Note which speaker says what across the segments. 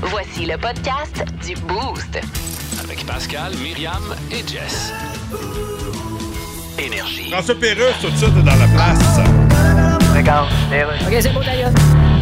Speaker 1: Voici le podcast du Boost.
Speaker 2: Avec Pascal, Myriam et Jess. Énergie.
Speaker 3: François Pérusse, tout de suite, dans la place.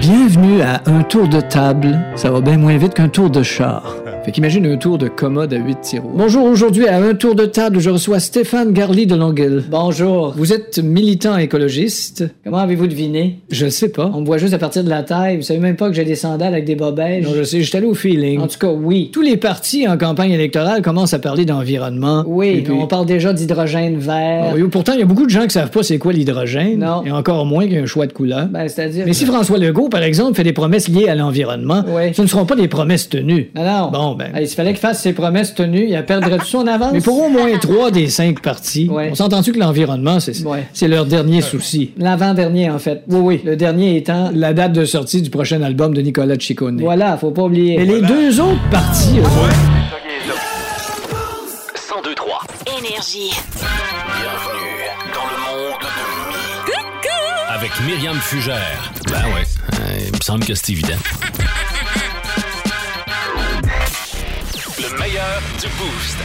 Speaker 4: Bienvenue à un tour de table. Ça va bien moins vite qu'un tour de char. Fait qu'imagine un tour de commode à huit tiroirs. Bonjour, aujourd'hui à un tour de table, je reçois Stéphane Garly de Longueuil. Bonjour. Vous êtes militant écologiste. Comment avez-vous deviné? Je sais pas. On me voit juste à partir de la taille. Vous savez même pas que j'ai des sandales avec des bobèges. Non, je sais, j'étais allé au feeling. En tout cas, oui. Tous les partis en campagne électorale commencent à parler d'environnement. Oui, on parle déjà d'hydrogène vert. pourtant, il y a beaucoup de gens qui savent pas c'est quoi l'hydrogène. Non. Et encore moins qu'un choix de couleur. Ben, c'est-à-dire. Mais si François Legault, par exemple, fait des promesses liées à l'environnement, ce ne seront pas des promesses tenues. Alors. Bon, ben. il fallait qu'il fasse ses promesses tenues, il perdrait tout son avance. Mais pour au moins trois des cinq partis, on s'entend-tu que l'environnement, c'est c'est leur dernier souci? L'avant-dernier, en fait. Oui, oui. Le dernier étant. La date de sortie du prochain album de Nicolas Ciccone. Voilà, faut pas oublier. Mais les deux autres partis, eux,
Speaker 2: 1023.
Speaker 1: Énergie.
Speaker 2: Bienvenue dans le monde de Mi. Avec Myriam Fugère. Ben ouais, euh, il me semble que c'est évident. Le meilleur du boost.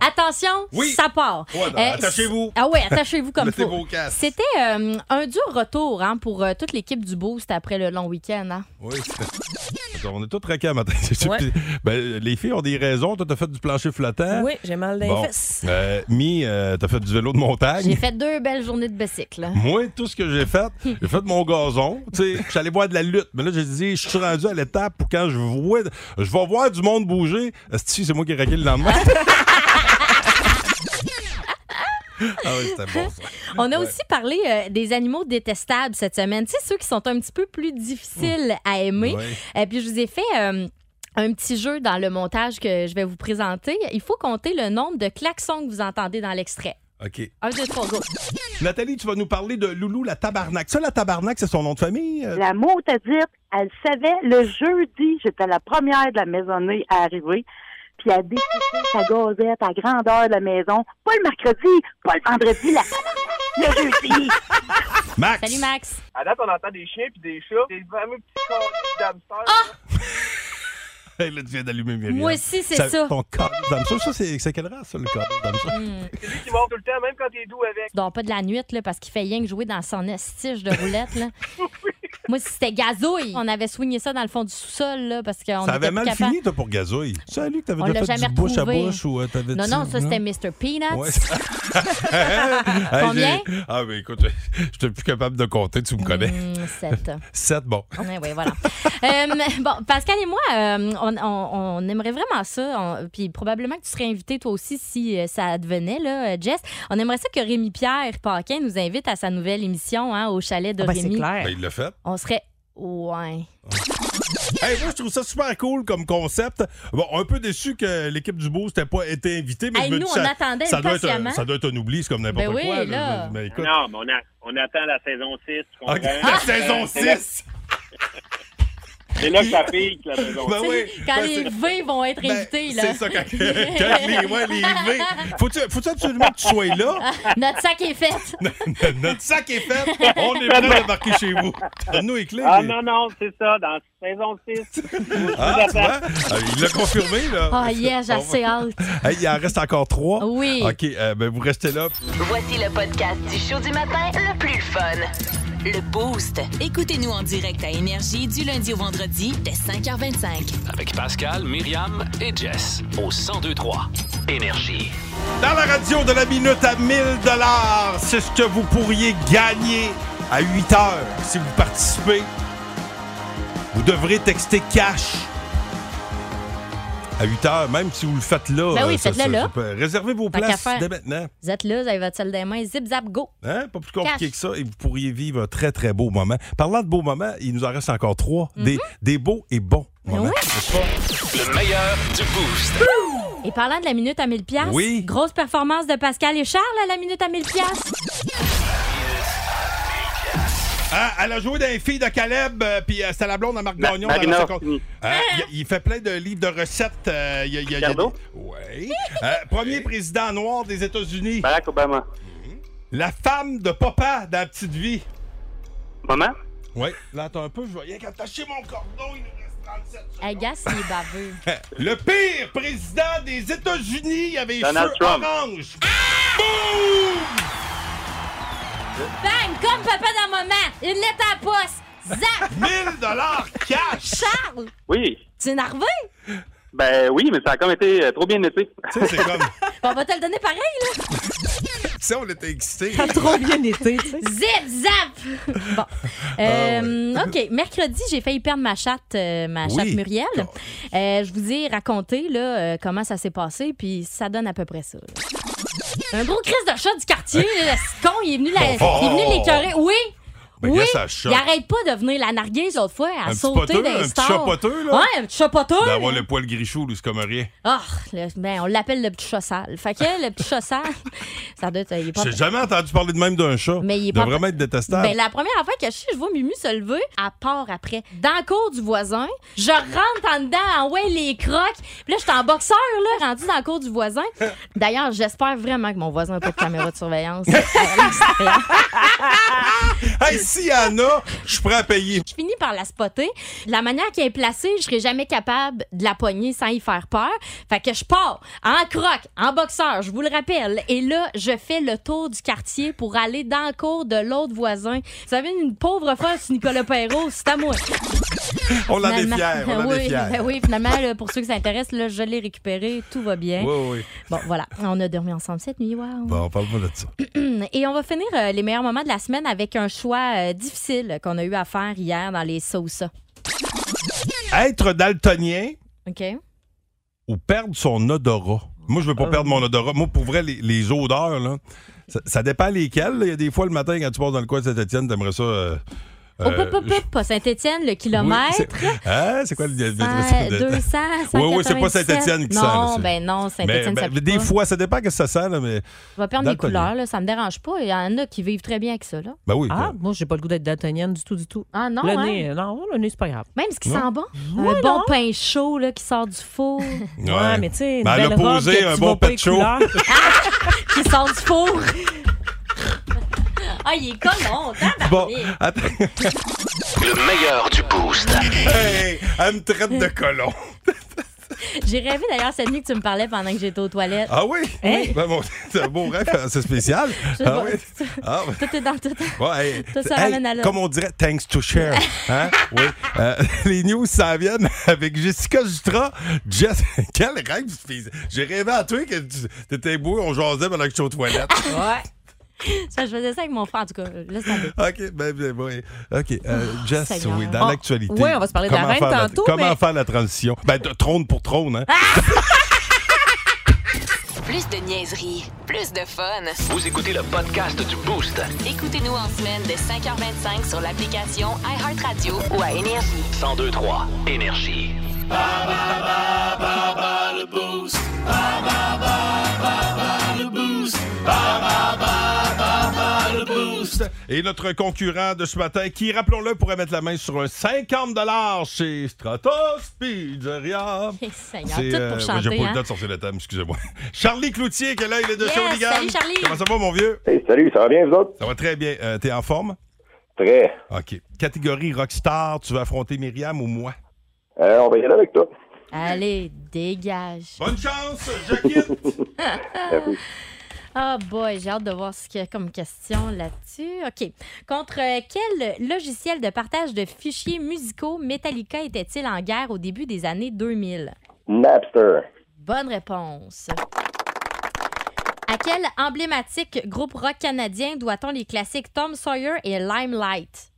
Speaker 5: Attention,
Speaker 3: Oui.
Speaker 5: ça part.
Speaker 3: Voilà, attachez-vous.
Speaker 5: Ah oui, attachez-vous comme
Speaker 3: Mettez vos
Speaker 5: faut.
Speaker 3: casques.
Speaker 5: C'était euh, un dur retour hein, pour euh, toute l'équipe du Boost après le long week-end. hein.
Speaker 3: Oui. On est tous traqués à matin.
Speaker 6: Ouais.
Speaker 3: Ben, les filles ont des raisons. Toi, t'as fait du plancher flottant.
Speaker 6: Oui, j'ai mal dans
Speaker 3: Bon.
Speaker 6: les fesses.
Speaker 3: Euh, Mi, euh, t'as fait du vélo de montagne.
Speaker 5: J'ai fait deux belles journées de bicycle. hein.
Speaker 3: Moi, tout ce que j'ai fait, j'ai fait mon gazon. Tu sais, j'allais voir de la lutte. Mais là, j'ai dit, je suis rendu à l'étape où quand je vois, je vais voir du monde bouger. Esti, c'est moi qui ai raqué le lendemain. ah oui, c'était bon, ça.
Speaker 5: On a aussi parlé euh, des animaux détestables cette semaine. Tu sais, ceux qui sont un petit peu plus difficiles à aimer.
Speaker 3: Hum. Ouais.
Speaker 5: Et puis, je vous ai fait. euh, un petit jeu dans le montage que je vais vous présenter. Il faut compter le nombre de klaxons que vous entendez dans l'extrait.
Speaker 3: OK.
Speaker 5: Un, deux, trois, go.
Speaker 3: Nathalie, tu vas nous parler de Loulou la tabarnak. Ça, la tabarnak, c'est son nom de famille? euh?
Speaker 7: La dire, elle savait le jeudi, j'étais la première de la maisonnée à arriver, puis elle décidait sa gazette à grandeur de la maison. Pas le mercredi, pas le vendredi, la... le jeudi.
Speaker 3: Max!
Speaker 5: Salut, Max.
Speaker 8: À date, on entend des chiens puis des chats. Des fameux petits colis d'hamsters.
Speaker 3: Hey, là, tu viens d'allumer Myriam.
Speaker 5: Moi aussi, c'est ça. Hmm,
Speaker 3: Ton corps d'hamster, ça, c'est c'est quelle race, ça, le corps d'hamster?
Speaker 8: C'est lui qui monte tout le temps, même quand t'es doux avec.
Speaker 5: Tu dors pas de la nuit là, parce qu'il fait rien que jouer dans son estige de roulette. Là. Moi, c'était gazouille. On avait soigné ça dans le fond du sous-sol là, parce
Speaker 3: Ça
Speaker 5: qu'on était
Speaker 3: avait
Speaker 5: plus
Speaker 3: mal
Speaker 5: capable.
Speaker 3: fini, toi, pour gazouille. Tu as lu que t'avais
Speaker 5: On
Speaker 3: déjà
Speaker 5: l'a
Speaker 3: fait du
Speaker 5: jamais
Speaker 3: bouche à
Speaker 5: retrouvé.
Speaker 3: bouche ou euh, t'avais
Speaker 5: Non,
Speaker 3: dit-
Speaker 5: non, ça, c'était Mr. Peanuts. Mm,
Speaker 3: Ouais. Hey,
Speaker 5: Combien?
Speaker 3: j'ai- Ah, mais écoute, je suis plus capable de compter, tu me connais.
Speaker 5: Hmm, sept.
Speaker 3: Sept, bon.
Speaker 5: Ouais, ouais, voilà. Euh, bon, Pascal et moi, euh, on, on- on aimerait vraiment ça. on- puis probablement que tu serais invité toi aussi si euh, ça advenait, là, euh, Jess. On aimerait ça que Rémi Pierre Paquin nous invite à sa nouvelle émission hein, au chalet de
Speaker 6: Ah ben, c'est
Speaker 5: Rémi.
Speaker 3: Ben,
Speaker 6: clair.
Speaker 3: il l'a fait.
Speaker 5: On serait. Ouais.
Speaker 3: Hey, moi, je trouve ça super cool comme concept. Bon, un peu déçu que l'équipe du Boost n'ait pas été invitée, mais
Speaker 5: Hey,
Speaker 3: je me
Speaker 5: nous,
Speaker 3: dis,
Speaker 5: on
Speaker 3: ça,
Speaker 5: attendait
Speaker 3: ça doit être un,
Speaker 5: impatiemment.
Speaker 3: ça doit être un oubli, c'est comme n'importe
Speaker 5: Ben oui,
Speaker 3: quoi.
Speaker 5: là.
Speaker 3: Mais écoute,
Speaker 9: Non, mais on, a- on attend la saison 6, tu comprends?
Speaker 3: OK, la saison
Speaker 9: C'est là-
Speaker 3: 6!
Speaker 9: C'est là que ça pique, la saison
Speaker 3: Ben oui,
Speaker 5: Quand
Speaker 3: ben,
Speaker 5: les
Speaker 3: c'est-
Speaker 5: V vont être
Speaker 3: Ben,
Speaker 5: invités, là.
Speaker 3: C'est ça, quand, quand les, ouais, les V. Faut-tu faut-tu absolument que tu sois là?
Speaker 5: Notre sac est fait.
Speaker 3: Notre sac est fait. On est prêt à marquer chez vous. Donne-nous les clés.
Speaker 9: Ah non, non, c'est ça, dans saison 6.
Speaker 3: Ah, tu vois? Euh, Il l'a confirmé, là.
Speaker 5: Oh yeah, j'ai assez hâte. Ah
Speaker 3: Hey, il en reste encore trois.
Speaker 5: Oui.
Speaker 3: ben. OK, euh, ben vous restez là.
Speaker 1: Voici le podcast du show du matin le plus fun. Le Boost. Écoutez-nous en direct à Énergie du lundi au vendredi dès 5h25.
Speaker 2: Avec Pascal, Myriam et Jess. Au 1023. Énergie.
Speaker 3: Dans la radio de la minute à 1000 c'est ce que vous pourriez gagner à 8 heures si vous participez. Vous devrez texter cash. À 8 heures, même si vous le faites là.
Speaker 5: Ben oui,
Speaker 3: euh, ça-
Speaker 5: faites-le
Speaker 3: ça-
Speaker 5: là.
Speaker 3: ça peut- Réservez vos
Speaker 5: Tant qu'à
Speaker 3: places
Speaker 5: faire.
Speaker 3: dès maintenant.
Speaker 5: Vous êtes là, vous avez votre selle des mains, zip zap go.
Speaker 3: Hein? Pas plus compliqué
Speaker 5: Cash.
Speaker 3: que ça. Et vous
Speaker 5: Mm-hmm.
Speaker 3: pourriez vivre un très, très beau moment. Parlant de beaux moments, il nous en reste encore trois. des, des beaux et bons.
Speaker 5: Ah oui.
Speaker 2: Le meilleur du boost.
Speaker 5: Et parlant de la minute à 1000 pièces,
Speaker 3: Oui.
Speaker 5: grosse performance de Pascal et Charles à la minute à 1000 pièces.
Speaker 3: Ah, elle a joué dans les filles de Caleb, euh, puis euh, c'était la blonde à Marc
Speaker 9: Ma-
Speaker 3: Gagnon.
Speaker 9: Marina
Speaker 3: dans la
Speaker 9: Orsini.
Speaker 3: Ah, il, il fait plein de livres de recettes. euh, il y a- il y a- il y a des-
Speaker 9: Ricardo?
Speaker 3: Ouais. Euh, premier président noir des États-Unis. Mhm.
Speaker 9: Barack Obama.
Speaker 3: La femme de papa dans la petite vie.
Speaker 9: Maman?
Speaker 3: Oui. Là, attends un peu, je voyais qu'attacher mon cordon, il nous reste 37
Speaker 5: Hey, gars, il est baveux.
Speaker 3: Le pire président des États-Unis, il avait les
Speaker 9: Donald
Speaker 3: cheveux
Speaker 9: Trump.
Speaker 3: orange. Boum!
Speaker 5: Bang! Comme papa dans maman! Une lettre à la poste! Zap!
Speaker 3: 1000 dollars cash!
Speaker 5: Charles!
Speaker 9: Oui.
Speaker 5: Tu es énervé?
Speaker 9: Ben oui, mais ça a comme été euh, trop bien été.
Speaker 3: tu sais, c'est comme...
Speaker 5: On va te le donner pareil, là!
Speaker 3: Si on était excités.
Speaker 6: T'as trop bien été, tu sais.
Speaker 5: Zip, zap!
Speaker 3: Ah
Speaker 5: Bon. Euh, OK. Mercredi, j'ai failli perdre ma chatte, euh, ma
Speaker 3: Oui.
Speaker 5: chatte Muriel. Euh, je vous ai raconté là, euh, comment ça s'est passé, puis ça donne à peu près ça. là. Un gros crise de chat du quartier, là, ce con, il est venu, la...
Speaker 3: Oh!
Speaker 5: il est venu l'écœurer. Oui!
Speaker 3: Ben,
Speaker 5: oui,
Speaker 3: gars, ça choque.
Speaker 5: il arrête pas de venir la narguer l'autre fois à
Speaker 3: Un petit
Speaker 5: sauter
Speaker 3: poteux,
Speaker 5: des
Speaker 3: un petit
Speaker 5: stars.
Speaker 3: chat poteux, là.
Speaker 5: Ouais, un petit chat poteux.
Speaker 3: D'avoir le poil grichou, lui, c'est comme rien.
Speaker 5: Ah, le- ben, on l'appelle le petit chat sale. Fait que le petit chat sale, ça doit être. il est pas-
Speaker 3: J'ai jamais entendu parler de même d'un chat.
Speaker 5: Mais il est
Speaker 3: de
Speaker 5: pas-
Speaker 3: vraiment être détestable.
Speaker 5: Ben, la première fois que je suis, je vois Mimu se lever, à part après. Dans le cours du voisin, je rentre en dedans, en ouais, les crocs. Puis là, je suis en boxeur, là, rendu dans le cours du voisin. D'ailleurs, j'espère vraiment que mon voisin n'a pas de caméra de surveillance.
Speaker 3: Hey, s'il y en a, je suis prêt à payer.
Speaker 5: je finis par la spotter. De la manière qu'elle est placée, je serais jamais capable de la pogner sans y faire peur. Fait que je pars en croc, en boxeur, je vous le rappelle. Et là, je fais le tour du quartier pour aller dans le cours de l'autre voisin. Vous savez, une pauvre fosse, Nicolas Perrault, c'est à moi.
Speaker 3: On l'en est
Speaker 5: Finalement-
Speaker 3: fiers. On l'en
Speaker 5: oui,
Speaker 3: est fiers.
Speaker 5: ben oui, finalement, là, pour ceux qui s'intéressent, là, je l'ai récupéré, tout va bien.
Speaker 3: Oui, oui.
Speaker 5: Bon, voilà, on a dormi ensemble cette nuit, wow.
Speaker 3: Bon, parle-moi de ça.
Speaker 5: Et on va finir euh, les meilleurs moments de la semaine avec un choix euh, difficile qu'on a eu à faire hier dans les sauces.
Speaker 3: Être daltonien
Speaker 5: OK?
Speaker 3: Euh, ou perdre son odorat. Moi, je veux pas
Speaker 5: Ah.
Speaker 3: perdre mon odorat. Moi, pour vrai, les, les odeurs, là, ça, ça dépend lesquelles. là. Il y a des fois, le matin, quand tu passes dans le coin de Saint-Étienne, t'aimerais ça... euh,
Speaker 5: Au
Speaker 3: euh,
Speaker 5: pop, pop, pop, pas Saint-Étienne, le
Speaker 3: oui,
Speaker 5: kilomètre.
Speaker 3: c'est- Hein, c'est quoi le... le-
Speaker 5: Cent-
Speaker 3: le-
Speaker 5: 200,
Speaker 3: Oui, oui, c'est pas Saint-Étienne qui sent, là,
Speaker 5: Non,
Speaker 3: c'est-
Speaker 5: ben non,
Speaker 3: Mais,
Speaker 5: Saint-Étienne,
Speaker 3: ben,
Speaker 5: ça pue
Speaker 3: des
Speaker 5: pas.
Speaker 3: fois, ça dépend que ça sent, là, mais...
Speaker 5: Je vais perdre des
Speaker 3: Daltonien.
Speaker 5: couleurs, là, ça me dérange pas. Il y en a qui vivent très bien avec ça, là.
Speaker 3: Ben oui.
Speaker 6: Ah, moi, j'ai pas le goût d'être daltonienne du tout, du tout.
Speaker 5: Ah non,
Speaker 6: le
Speaker 5: hein?
Speaker 6: nez, non, le nez, c'est pas grave.
Speaker 5: Même ce qui
Speaker 3: Non.
Speaker 5: sent bon.
Speaker 6: Ouais,
Speaker 5: un bon
Speaker 6: non.
Speaker 5: pain chaud, là, qui sort du four.
Speaker 3: Ouais,
Speaker 6: mais tu sais, une
Speaker 3: Ben, elle a
Speaker 6: belle robe
Speaker 3: posé
Speaker 6: que
Speaker 3: un
Speaker 6: tu
Speaker 3: bon
Speaker 6: vois pas
Speaker 3: pet
Speaker 6: les
Speaker 3: show.
Speaker 6: couleurs.
Speaker 5: qui sort du four. ah, il est collant,
Speaker 3: Bon, attends.
Speaker 2: Le meilleur du boost.
Speaker 3: Hey, elle me traite de colon.
Speaker 5: J'ai rêvé d'ailleurs cette nuit que tu me parlais pendant que j'étais aux toilettes.
Speaker 3: Ah oui?
Speaker 5: Hein?
Speaker 3: Ben bon, c'est un beau rêve, hein, c'est spécial.
Speaker 5: Je-
Speaker 3: Ah oui? Ah,
Speaker 5: Tout est dans tout.
Speaker 3: ouais, hey.
Speaker 5: Ça, ça
Speaker 3: Hey,
Speaker 5: ramène à l'autre.
Speaker 3: Comme on dirait, thanks to share. Hein? oui. Euh, les news s'en viennent avec Jessica Jutra. Jess, quel rêve! fils. J'ai rêvé à toi que tu étais beau, on jasait pendant que j'étais aux toilettes.
Speaker 5: Ça, je faisais ça avec mon frère, en tout cas. Laisse tomber.
Speaker 3: OK, ben, ben, oui. OK, euh, Jess,
Speaker 5: Seigneur.
Speaker 3: oui, dans
Speaker 6: On-
Speaker 3: l'actualité.
Speaker 6: Ah, Oh, ouais, on va se parler de la
Speaker 3: comment
Speaker 6: reine
Speaker 3: faire
Speaker 6: tantôt,
Speaker 3: Comment
Speaker 6: mais- Ah!
Speaker 3: faire la transition? Ben, de trône pour trône, hein?
Speaker 1: Plus de niaiserie, plus de fun.
Speaker 2: Vous écoutez le podcast du boost.
Speaker 1: Écoutez-nous en semaine de 5h25 sur l'application iHeartRadio ou à Énergie.
Speaker 2: 1023 Énergie.
Speaker 3: Et notre concurrent de ce matin, qui, rappelons-le, pourrait mettre la main sur un 50 chez Stratos Pizzeria.
Speaker 5: Hey, Seigneur,
Speaker 3: C'est,
Speaker 5: tout
Speaker 3: euh,
Speaker 5: pour
Speaker 3: ouais,
Speaker 5: chanter.
Speaker 3: J'ai pas eu
Speaker 5: hein.
Speaker 3: le temps de sortir le thème, excusez-moi. Charlie Cloutier, qui est là, il est de
Speaker 5: Yes,
Speaker 3: Shawinigan.
Speaker 5: salut, Charlie.
Speaker 3: Comment ça va, mon vieux?
Speaker 9: Hey, salut, ça va bien, vous autres?
Speaker 3: Ça va très bien. Euh, T'es en forme?
Speaker 9: Très.
Speaker 3: OK. Catégorie rockstar, tu vas affronter Myriam ou moi?
Speaker 9: Euh, on va y aller avec toi.
Speaker 5: Allez, dégage.
Speaker 3: Bonne chance, Jackie!
Speaker 5: Ah boy, j'ai hâte de voir ce qu'il y a comme question là-dessus. OK. Contre euh, quel logiciel de partage de fichiers musicaux Metallica était-il en guerre au début des années 2000?
Speaker 9: Napster.
Speaker 5: Bonne réponse. À quel emblématique groupe rock canadien doit-on les classiques Tom Sawyer et Limelight?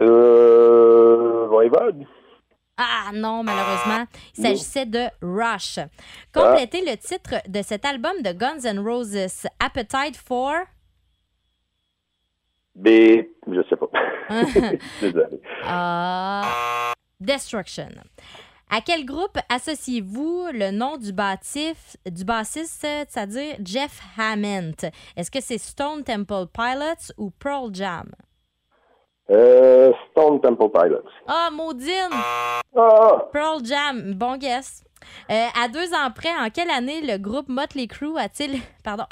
Speaker 9: Euh, Voivode.
Speaker 5: Ah non, malheureusement, il s'agissait de Rush. Complétez le titre de cet album de Guns N' Roses, Appetite for...
Speaker 9: B, je sais pas. Désolé.
Speaker 5: Ah. Destruction. À quel groupe associez-vous le nom du, bâtif, du bassiste, euh, c'est-à-dire Jeff Hammond? Est-ce que c'est Stone Temple Pilots ou Pearl Jam?
Speaker 9: Euh, Stone Temple Pilots. Ah!
Speaker 5: Ah, Maudine! Pearl Jam, bon guess. Euh, à deux ans près, en quelle année le groupe Motley Crue a-t-il pardon,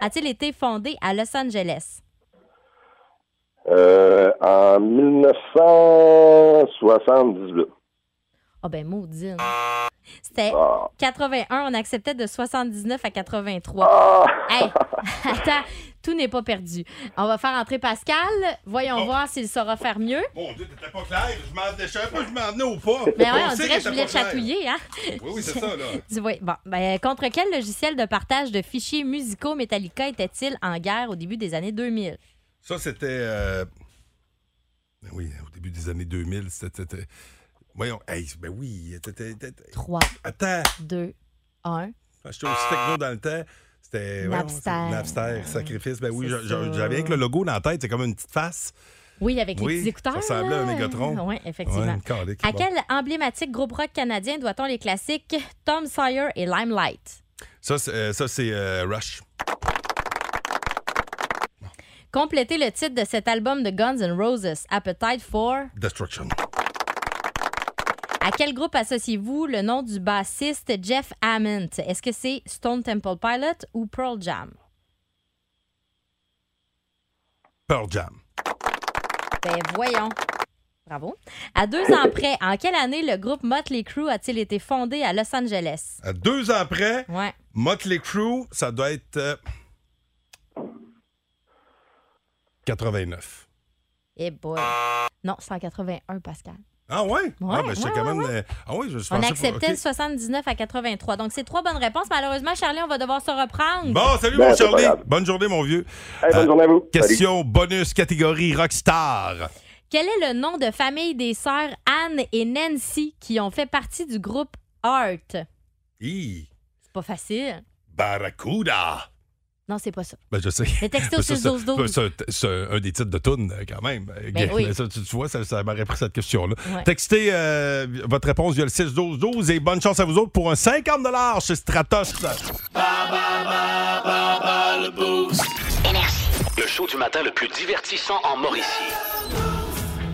Speaker 5: a-t-il été fondé à Los Angeles?
Speaker 9: Euh, en 1978.
Speaker 5: Ah ben maudine. C'était
Speaker 9: Ah.
Speaker 5: 81, on acceptait de 79 à 83.
Speaker 9: Ah.
Speaker 5: Hey, attends, tout n'est pas perdu. On va faire entrer Pascal, voyons voir s'il saura faire mieux.
Speaker 3: Mon Dieu, t'étais pas clair. Je m'en je savais pas, je m'en venais ou pas.
Speaker 5: Mais Ben ouais, on
Speaker 3: sait
Speaker 5: dirait que je
Speaker 3: t'étais
Speaker 5: voulais
Speaker 3: pas clair.
Speaker 5: chatouiller, hein?
Speaker 3: Oui, oui, c'est ça, là.
Speaker 5: Tu vois, bon, ben, contre quel logiciel de partage de fichiers musicaux Metallica était-il en guerre au début des années 2000?
Speaker 3: Ça, c'était. euh, ben Oui, au début des années 2000, c'était. c'était- Voyons, hey, ben oui, t'étais- t'étais-
Speaker 5: 3,
Speaker 3: Attends,
Speaker 5: 2, 1.
Speaker 3: j'étais aussi techno dans le temps. C'était. voyons,
Speaker 5: Napster.
Speaker 3: c'était Napster, sacrifice. Ben oui, j'a-
Speaker 5: C'est
Speaker 3: j'a-
Speaker 5: ça.
Speaker 3: j'avais avec le logo dans la tête, c'est comme une petite face.
Speaker 5: Oui, avec
Speaker 3: Oui,
Speaker 5: les petits écouteurs.
Speaker 3: ça ressemblait à un
Speaker 5: là.
Speaker 3: Mégatron.
Speaker 5: Oui, effectivement.
Speaker 3: Ouais, calique,
Speaker 5: à
Speaker 3: bon.
Speaker 5: quel emblématique groupe rock canadien doit-on les classiques Tom Sawyer et Limelight?
Speaker 3: Ça, c'est, euh, ça, c'est euh, Rush.
Speaker 5: Complétez le titre de cet album de Guns N' Roses, Appetite for.
Speaker 3: Destruction.
Speaker 5: À quel groupe associez-vous le nom du bassiste Jeff Hammond? Est-ce que c'est Stone Temple Pilot ou Pearl Jam?
Speaker 3: Pearl Jam.
Speaker 5: Ben voyons. Bravo. À deux ans près, en quelle année le groupe Motley Crue a-t-il été fondé à Los Angeles?
Speaker 3: À Euh, deux ans après,
Speaker 5: Ouais.
Speaker 3: Motley Crue, ça doit être. euh, 89.
Speaker 5: Eh boy. Non, 181, Pascal.
Speaker 3: Ah ouais? ah, ben, j'étais
Speaker 5: ouais,
Speaker 3: quand
Speaker 5: ouais,
Speaker 3: même. euh, Ah ouais, je, je
Speaker 5: On
Speaker 3: pensais pas-
Speaker 5: acceptait
Speaker 3: ok.
Speaker 5: le 79 à 83. Donc, c'est trois bonnes réponses. Malheureusement, Charlie, on va devoir se reprendre.
Speaker 3: Bon, salut
Speaker 9: Ben,
Speaker 3: mon
Speaker 9: c'est pas
Speaker 3: Charlie.
Speaker 9: grave.
Speaker 3: Bonne journée, mon vieux. Euh,
Speaker 9: bonne journée à vous.
Speaker 3: Question bonus catégorie Rockstar.
Speaker 5: Quel est le nom de famille des sœurs Anne et Nancy qui ont fait partie du groupe Art? C'est
Speaker 3: Hi,
Speaker 5: pas facile.
Speaker 3: Barracuda.
Speaker 5: Non, c'est pas ça.
Speaker 3: Ben, je sais.
Speaker 5: Mais texto
Speaker 3: Ben, ça,
Speaker 5: 6
Speaker 3: c'est-
Speaker 5: 12 12.
Speaker 3: ben, c'est- C'est un des titres de tune euh, quand même.
Speaker 5: Ben oui.
Speaker 3: Mais ça, tu, tu vois, ça, ça m'aurait pris cette question-là.
Speaker 5: Ouais.
Speaker 3: Textez euh, votre réponse via le 6-12-12 et bonne chance à vous autres pour un 50 chez Stratos.
Speaker 2: Le show du matin le plus divertissant en Mauricie.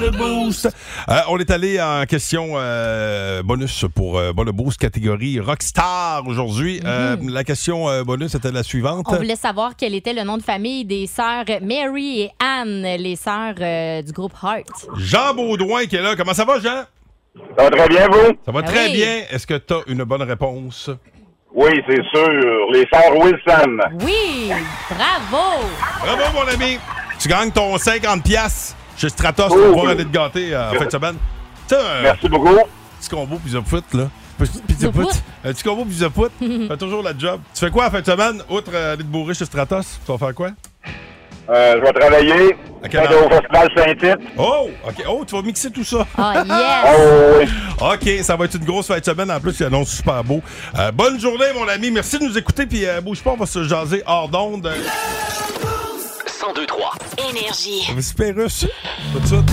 Speaker 3: le boost. Euh, on est allé en question euh, bonus pour euh, bon, le boost catégorie Rockstar aujourd'hui. Euh, la question euh, bonus était la suivante.
Speaker 5: Mhm. On voulait savoir quel était le nom de famille des sœurs Mary et Anne, les sœurs euh, du groupe Heart.
Speaker 3: Jean Baudouin qui est là. Comment ça va, Jean?
Speaker 9: Ça va très bien, vous?
Speaker 3: Ça va
Speaker 5: Ah
Speaker 3: très
Speaker 5: oui.
Speaker 3: bien. Est-ce que tu as une bonne réponse?
Speaker 9: Oui, c'est sûr. Les sœurs Wilson.
Speaker 5: Oui, bravo!
Speaker 3: Bravo, mon ami. Tu gagnes ton 50$ piastres chez Stratos
Speaker 9: Oh.
Speaker 3: pour pouvoir aller te gâter euh, en fin de semaine. Tu sais, un
Speaker 9: Merci beaucoup.
Speaker 3: petit combo pizza put, là. Petit Pizza put.
Speaker 5: Pizza
Speaker 3: Un petit combo pizza put. Fais toujours la job. Tu fais quoi en fin de semaine, outre euh, aller te bourrer chez Stratos? Tu vas faire quoi?
Speaker 9: Euh, je vais travailler.
Speaker 3: À quelle
Speaker 9: J'étais
Speaker 3: heure?
Speaker 9: au Festival Saint-Tite.
Speaker 3: Oh! OK. Oh, tu vas mixer tout ça.
Speaker 5: Oh
Speaker 9: Oh,
Speaker 5: yes!
Speaker 9: oui.
Speaker 3: OK, ça va être une grosse fin de semaine. En plus, il annonce super beau. Euh, bonne journée, mon ami. Merci de nous écouter. Puis, euh, bouge pas, on va se jaser hors d'onde. Euh,
Speaker 2: 1023.
Speaker 1: Énergie.
Speaker 3: Vous russe. Tout de suite.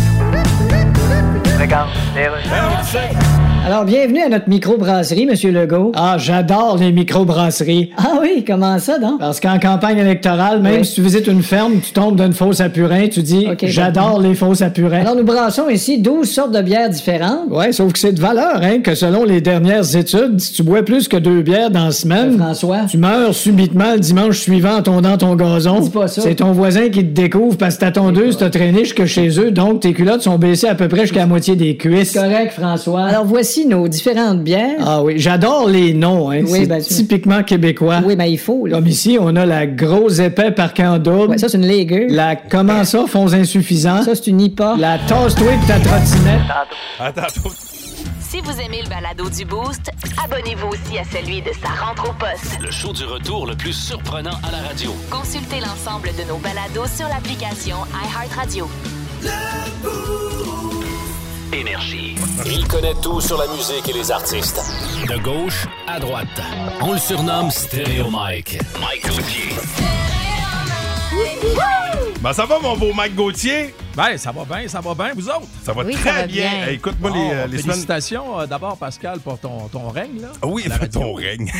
Speaker 4: Alors, Ah, bienvenue à notre microbrasserie, Monsieur Legault. Ah, j'adore les microbrasseries. Ah oui, comment ça, donc? Parce qu'en campagne électorale, même si tu visites une ferme, tu tombes d'une fosse à purin, tu dis J'adore les fausses à purin. Alors, nous brassons ici 12 sortes de bières différentes. Ouais, sauf que c'est de valeur, hein, que selon les dernières études, si tu bois plus que deux bières dans la semaine, Euh, François, tu meurs subitement le dimanche suivant en tondant ton gazon. C'est ton voisin qui te découvre parce que ta tondeuse t'a traîné jusque chez eux, donc tes culottes sont baissées à peu près jusqu'à la moitié des cuisses. Correct, François. Alors voici nos différentes bières. Ah oui, j'adore les noms, hein. c'est typiquement québécois. Ah. Oui, mais il faut. Comme ici, on a la grosse épais par en double. ça, c'est une légume. La comment ça, fonds insuffisants. Ça, c'est une IPA. La tasse-toi de ta trottinette.
Speaker 3: Attends, attends.
Speaker 1: Si vous aimez le balado du Boost, abonnez-vous aussi à celui de sa rentre au poste.
Speaker 2: Le show du retour le plus surprenant à la radio.
Speaker 1: Consultez l'ensemble de nos balados sur l'application iHeartRadio.
Speaker 2: Énergie. Il connaît tout sur la musique et les artistes. De gauche à droite. On le surnomme Stéréo Mike. Mike Gauthier.
Speaker 3: Ben, ça va, mon beau Mike Gauthier?
Speaker 10: Ben, ça va bien, ça va bien, vous autres?
Speaker 3: Ça va Oui, très ça va bien. bien. Hey, écoute-moi les, euh, les semaines-
Speaker 10: Félicitations euh, d'abord, Pascal, pour ton, ton règne, là.
Speaker 3: Ah oui, ton règne.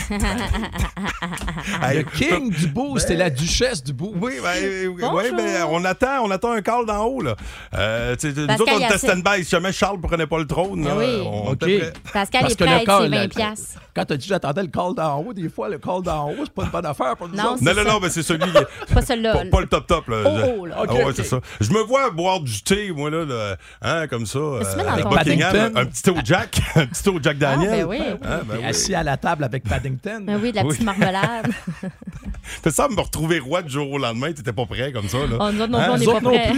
Speaker 10: Le king du boost
Speaker 3: Ben-
Speaker 10: et la duchesse du boost.
Speaker 3: Oui, ben, oui,
Speaker 10: Bonjour.
Speaker 3: oui, ben, on attend, on attend un call d'en haut, là. Euh, tu sais, nous
Speaker 5: Pascal,
Speaker 3: autres, on
Speaker 5: il y a
Speaker 3: était
Speaker 5: assez- Ah
Speaker 3: stand-by. Si jamais Charles prenait pas le trône, là,
Speaker 5: oui.
Speaker 3: on
Speaker 10: OK.
Speaker 3: était prêts.
Speaker 5: Pascal
Speaker 10: Parce
Speaker 5: est
Speaker 10: que
Speaker 5: prêt
Speaker 10: le
Speaker 5: à être
Speaker 10: call,
Speaker 5: ses 20
Speaker 10: le-
Speaker 5: piastres.
Speaker 10: Quand t'as dit j'attendais le call d'en haut, des fois, le call d'en haut, c'est pas une bonne affaire pour nous
Speaker 5: Non,
Speaker 10: autres.
Speaker 3: Non, non, non, mais c'est celui qui est-
Speaker 5: Pas celle-là.
Speaker 3: Pas, pas le top top, là.
Speaker 10: Oh, oh, là.
Speaker 3: Ah
Speaker 10: OK,
Speaker 3: ouais,
Speaker 10: OK.
Speaker 3: c'est ça. Je me vois boire du thé, moi, là, là, hein, comme ça.
Speaker 10: se
Speaker 3: euh,
Speaker 10: met dans
Speaker 3: avec
Speaker 10: ton-
Speaker 3: Buckingham,
Speaker 10: Paddington.
Speaker 3: un petit thé au Jack, un petit thé au Jack Daniel.
Speaker 5: ben oui.
Speaker 3: Hein, ben
Speaker 10: T'es
Speaker 3: oui.
Speaker 10: assis à la table avec Paddington.
Speaker 5: Ben oui, de la petite
Speaker 3: Oui.
Speaker 5: marmelade.
Speaker 3: Fait ça, me retrouver roi du jour au lendemain, t'étais pas prêt comme ça, là. Hein?
Speaker 5: Oh, nous autres non plus, on n'est
Speaker 3: Nous
Speaker 5: pas
Speaker 3: autres non
Speaker 5: prêts.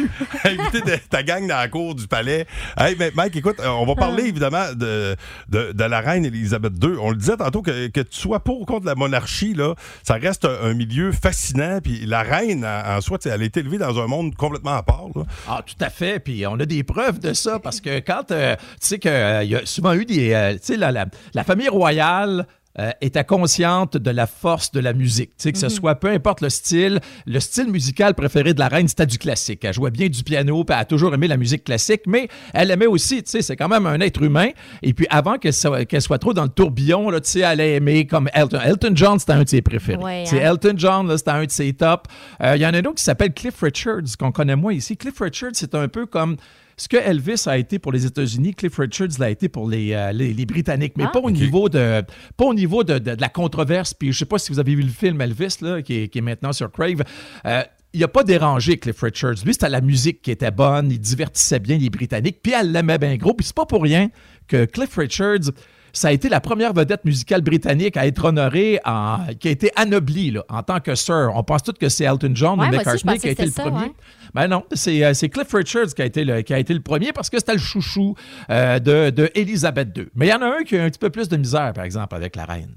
Speaker 3: plus. Invité de ta gang dans la cour du palais. Hey, ben, Mike, écoute, euh, on va parler
Speaker 5: Ah.
Speaker 3: évidemment de, de, de la reine Elisabeth II. On le disait tantôt que, que tu sois pour ou contre la monarchie, là, ça reste un, un milieu fascinant. Puis la reine, en, en soi, tu sais, elle a été élevée dans un monde complètement à part, là.
Speaker 10: Ah, tout à fait. Puis on a des preuves de ça parce que quand euh, tu sais qu'il y a souvent eu des. euh, tu sais, la, la- la famille royale. euh, était consciente de la force de la musique. Tu sais, que ce soit peu importe le style, le style musical préféré de la reine, c'était du classique. Elle jouait bien du piano, puis elle a toujours aimé la musique classique, mais elle aimait aussi, tu sais, c'est quand même un être humain. Et puis avant qu'elle soit, qu'elle soit trop dans le tourbillon, là, tu sais, elle a aimé comme Elton. Elton John, c'était un de ses préférés.
Speaker 5: Ouais,
Speaker 10: Tu sais,
Speaker 5: hein.
Speaker 10: Elton John, là, c'était un de ses tops. Euh, Il y en a un autre qui s'appelle Cliff Richards, qu'on connaît moins ici. Cliff Richards, c'est un peu comme ce que Elvis a été pour les États-Unis, Cliff Richards l'a été pour les, euh, les, les Britanniques, mais
Speaker 5: Ah.
Speaker 10: pas au niveau de pas au niveau de, de- de la controverse. Puis je sais pas si vous avez vu le film Elvis, là, qui, est, qui est maintenant sur Crave. Euh, il n'a pas dérangé Cliff Richards. Lui, c'était la musique qui était bonne, il divertissait bien les Britanniques, puis elle l'aimait bien gros. Puis c'est pas pour rien que Cliff Richards, ça a été la première vedette musicale britannique à être honorée, en- qui a été anoblie là, en tant que sir. On pense tous que c'est Elton John
Speaker 5: Ouais,
Speaker 10: ou
Speaker 5: moi aussi, je
Speaker 10: McCartney qui a
Speaker 5: pensais que
Speaker 10: été le
Speaker 5: c'était ça,
Speaker 10: premier.
Speaker 5: ouais.
Speaker 10: Ben non, c'est euh, c'est Cliff Richards qui a, été le, qui a été le premier parce que c'était le chouchou euh, de, de Elizabeth II. Mais il y en a un qui a un petit peu plus de misère, par exemple, avec la reine.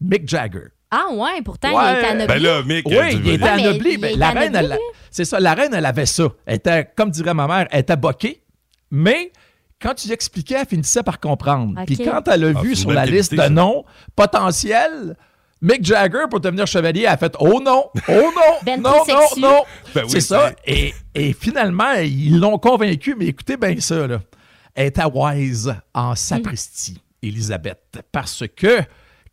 Speaker 10: Mick Jagger.
Speaker 5: Ah ouais, pourtant, il
Speaker 10: Ouais. Ben
Speaker 5: est anobli.
Speaker 10: Oui, il était
Speaker 5: Ouais, mais
Speaker 10: anobli.
Speaker 5: il
Speaker 10: mais
Speaker 5: est
Speaker 10: ben, la reine,
Speaker 5: anobli,
Speaker 10: elle a-
Speaker 5: lui.
Speaker 10: c'est ça, la reine, elle avait ça. Elle était, comme dirait ma mère, elle était boquée, mais quand tu lui expliquais, elle finissait par comprendre.
Speaker 5: Ok.
Speaker 10: Puis quand elle a
Speaker 3: Ah,
Speaker 10: vu
Speaker 3: c'est
Speaker 10: sur
Speaker 3: une
Speaker 10: la
Speaker 3: belle
Speaker 10: liste de
Speaker 3: qualité, ça.
Speaker 10: noms potentiels, Mick Jagger, pour devenir chevalier, a fait « Oh non! Oh non!
Speaker 5: Ben
Speaker 10: non,
Speaker 5: trop
Speaker 10: non,
Speaker 5: sexu.
Speaker 10: non!
Speaker 3: Ben oui,
Speaker 10: C'est
Speaker 3: c'est-
Speaker 10: ça. Et, et finalement, ils l'ont convaincu, mais écoutez bien ça, là. Elle est à Wise, en sapristi, Elisabeth, parce que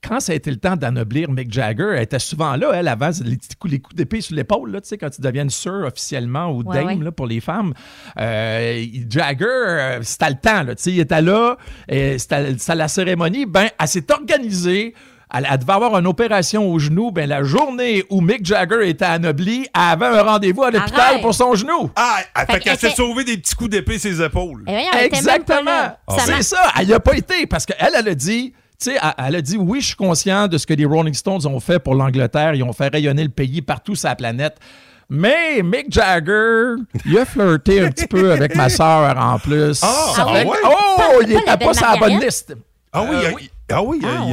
Speaker 10: quand ça a été le temps d'anoblir Mick Jagger, elle était souvent là, elle, avant les, petits coups- les coups d'épée sur l'épaule, là, tu sais, quand tu deviens sœur officiellement ou
Speaker 5: Ouais,
Speaker 10: dame,
Speaker 5: ouais.
Speaker 10: là, pour les femmes. Euh, Jagger, euh, c'était le temps, là, tu sais, il était là, et c'était c'était la cérémonie, ben, elle s'est organisée. Elle, elle devait avoir une opération au genou. Ben, la journée où Mick Jagger était anobli, elle avait un rendez-vous à l'hôpital
Speaker 5: Arrête.
Speaker 10: pour son genou.
Speaker 3: Ah, elle- fait,
Speaker 5: Fait
Speaker 3: qu'elle
Speaker 5: qu'elle
Speaker 3: s'est
Speaker 5: fait-
Speaker 3: sauvée des petits coups d'épée ses épaules.
Speaker 5: Eh voyons, elle était même pas
Speaker 10: Exactement. Ah,
Speaker 5: là. Ça
Speaker 10: C'est
Speaker 5: marche.
Speaker 10: ça. Elle n'y a pas été parce qu'elle, elle a dit. tu sais, elle elle a dit oui, je suis conscient de ce que les Rolling Stones ont fait pour l'Angleterre. Ils ont fait rayonner le pays partout sur la planète. Mais Mick Jagger, il a flirté un petit peu avec ma sœur en plus.
Speaker 3: Ah,
Speaker 10: Ça
Speaker 3: ah
Speaker 10: fait que-
Speaker 3: ouais?
Speaker 5: Pas-
Speaker 10: Oh, il
Speaker 5: pas la
Speaker 10: n'était
Speaker 5: belle
Speaker 10: pas sur la bonne
Speaker 5: Marguerite?
Speaker 10: liste.
Speaker 3: Ah oui,
Speaker 10: Euh,
Speaker 3: il a- ah oui, il a- il a- il a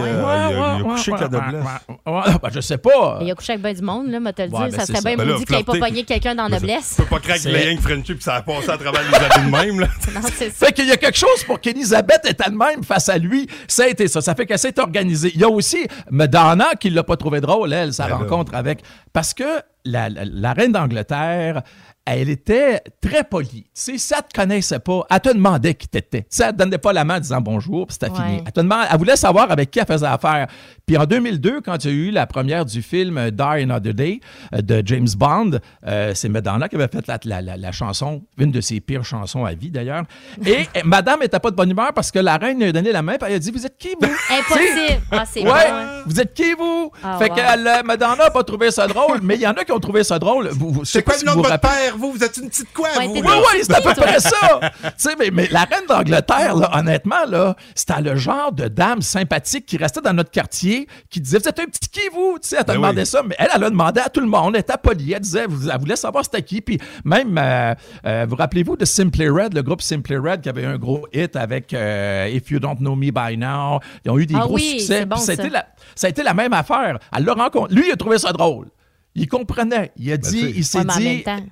Speaker 3: il a couché avec la noblesse.
Speaker 10: Ouais, ouais, ouais, Ben, je sais pas.
Speaker 5: Il a couché avec bien du monde, là, m'a te le dire.
Speaker 10: Ouais, ben,
Speaker 5: ça
Speaker 10: c'est
Speaker 5: serait
Speaker 10: ça.
Speaker 5: bien
Speaker 3: Ben là,
Speaker 5: maudit qu'il ait pas
Speaker 3: flirter.
Speaker 5: pogné quelqu'un dans la noblesse.
Speaker 3: Tu peux pas craquer
Speaker 10: C'est-
Speaker 3: le lien de Friendship, ça a passé à travers les habits de même, là.
Speaker 5: Non, c'est ça.
Speaker 10: Fait qu'il y a quelque chose pour qu'Elisabeth est elle-même face à lui. Ça a été ça. Ça fait qu'elle s'est organisée. Il y a aussi Madonna qui l'a pas trouvé drôle, elle, sa
Speaker 3: Ben là.
Speaker 10: rencontre avec. Parce que la, la- la reine d'Angleterre, elle était très polie. Tu sais, si elle te connaissait pas, elle te demandait qui t'étais. Tu sais, elle te donnait pas la main en disant bonjour, puis c'était
Speaker 5: Ouais.
Speaker 10: fini. Elle, te demandait- elle voulait savoir avec qui elle faisait affaire. Puis en 2002, quand il y a eu la première du film euh, Die Another Day euh, de James Bond, euh, c'est Madonna qui avait fait la, la- la- la chanson, une de ses pires chansons à vie d'ailleurs. Et euh, Madame n'était pas de bonne humeur parce que la reine lui a donné la main, puis elle a dit Vous êtes qui, vous
Speaker 5: Impossible. Ah, c'est
Speaker 10: Ouais,
Speaker 5: bon.
Speaker 10: vous êtes qui, vous?
Speaker 5: Ah,
Speaker 10: fait
Speaker 5: wow.
Speaker 10: que euh, Madonna n'a pas trouvé ça drôle, mais il y en a qui ont trouvé ça drôle. Vous- vous- je sais
Speaker 3: C'est
Speaker 10: pas
Speaker 3: quoi
Speaker 10: si
Speaker 3: le nom
Speaker 10: vous
Speaker 3: de
Speaker 10: vous
Speaker 3: votre
Speaker 10: rappelez-
Speaker 3: père? Vous, vous êtes une petite quoi,
Speaker 5: Ouais,
Speaker 3: vous?
Speaker 5: t'es
Speaker 10: oui,
Speaker 5: Non,
Speaker 10: oui, c'est à peu
Speaker 5: c'est toi.
Speaker 10: près ça. tu sais, mais, mais la reine d'Angleterre, là, honnêtement, là, c'était le genre de dame sympathique qui restait dans notre quartier, qui disait Vous êtes un petit qui, vous Tu sais, elle t'a
Speaker 3: Ben
Speaker 10: demandé
Speaker 3: oui.
Speaker 10: ça, mais elle, elle a demandé à tout le monde. Elle était polie. Elle disait vous- Elle voulait savoir c'était qui. Puis même, euh, euh, vous rappelez-vous de Simply Red, le groupe Simply Red, qui avait eu un gros hit avec euh, If You Don't Know Me By Now. Ils ont eu des
Speaker 5: Ah
Speaker 10: gros
Speaker 5: oui,
Speaker 10: succès.
Speaker 5: c'est bon,
Speaker 10: Puis
Speaker 5: ça.
Speaker 10: c'était la- ça a été la même affaire. Elle l'a rencontré. Lui, il a trouvé ça drôle. Il comprenait. Il a dit,
Speaker 3: Ben, tu sais.
Speaker 10: il s'est
Speaker 5: Ouais, mais en
Speaker 10: dit,
Speaker 5: même temps.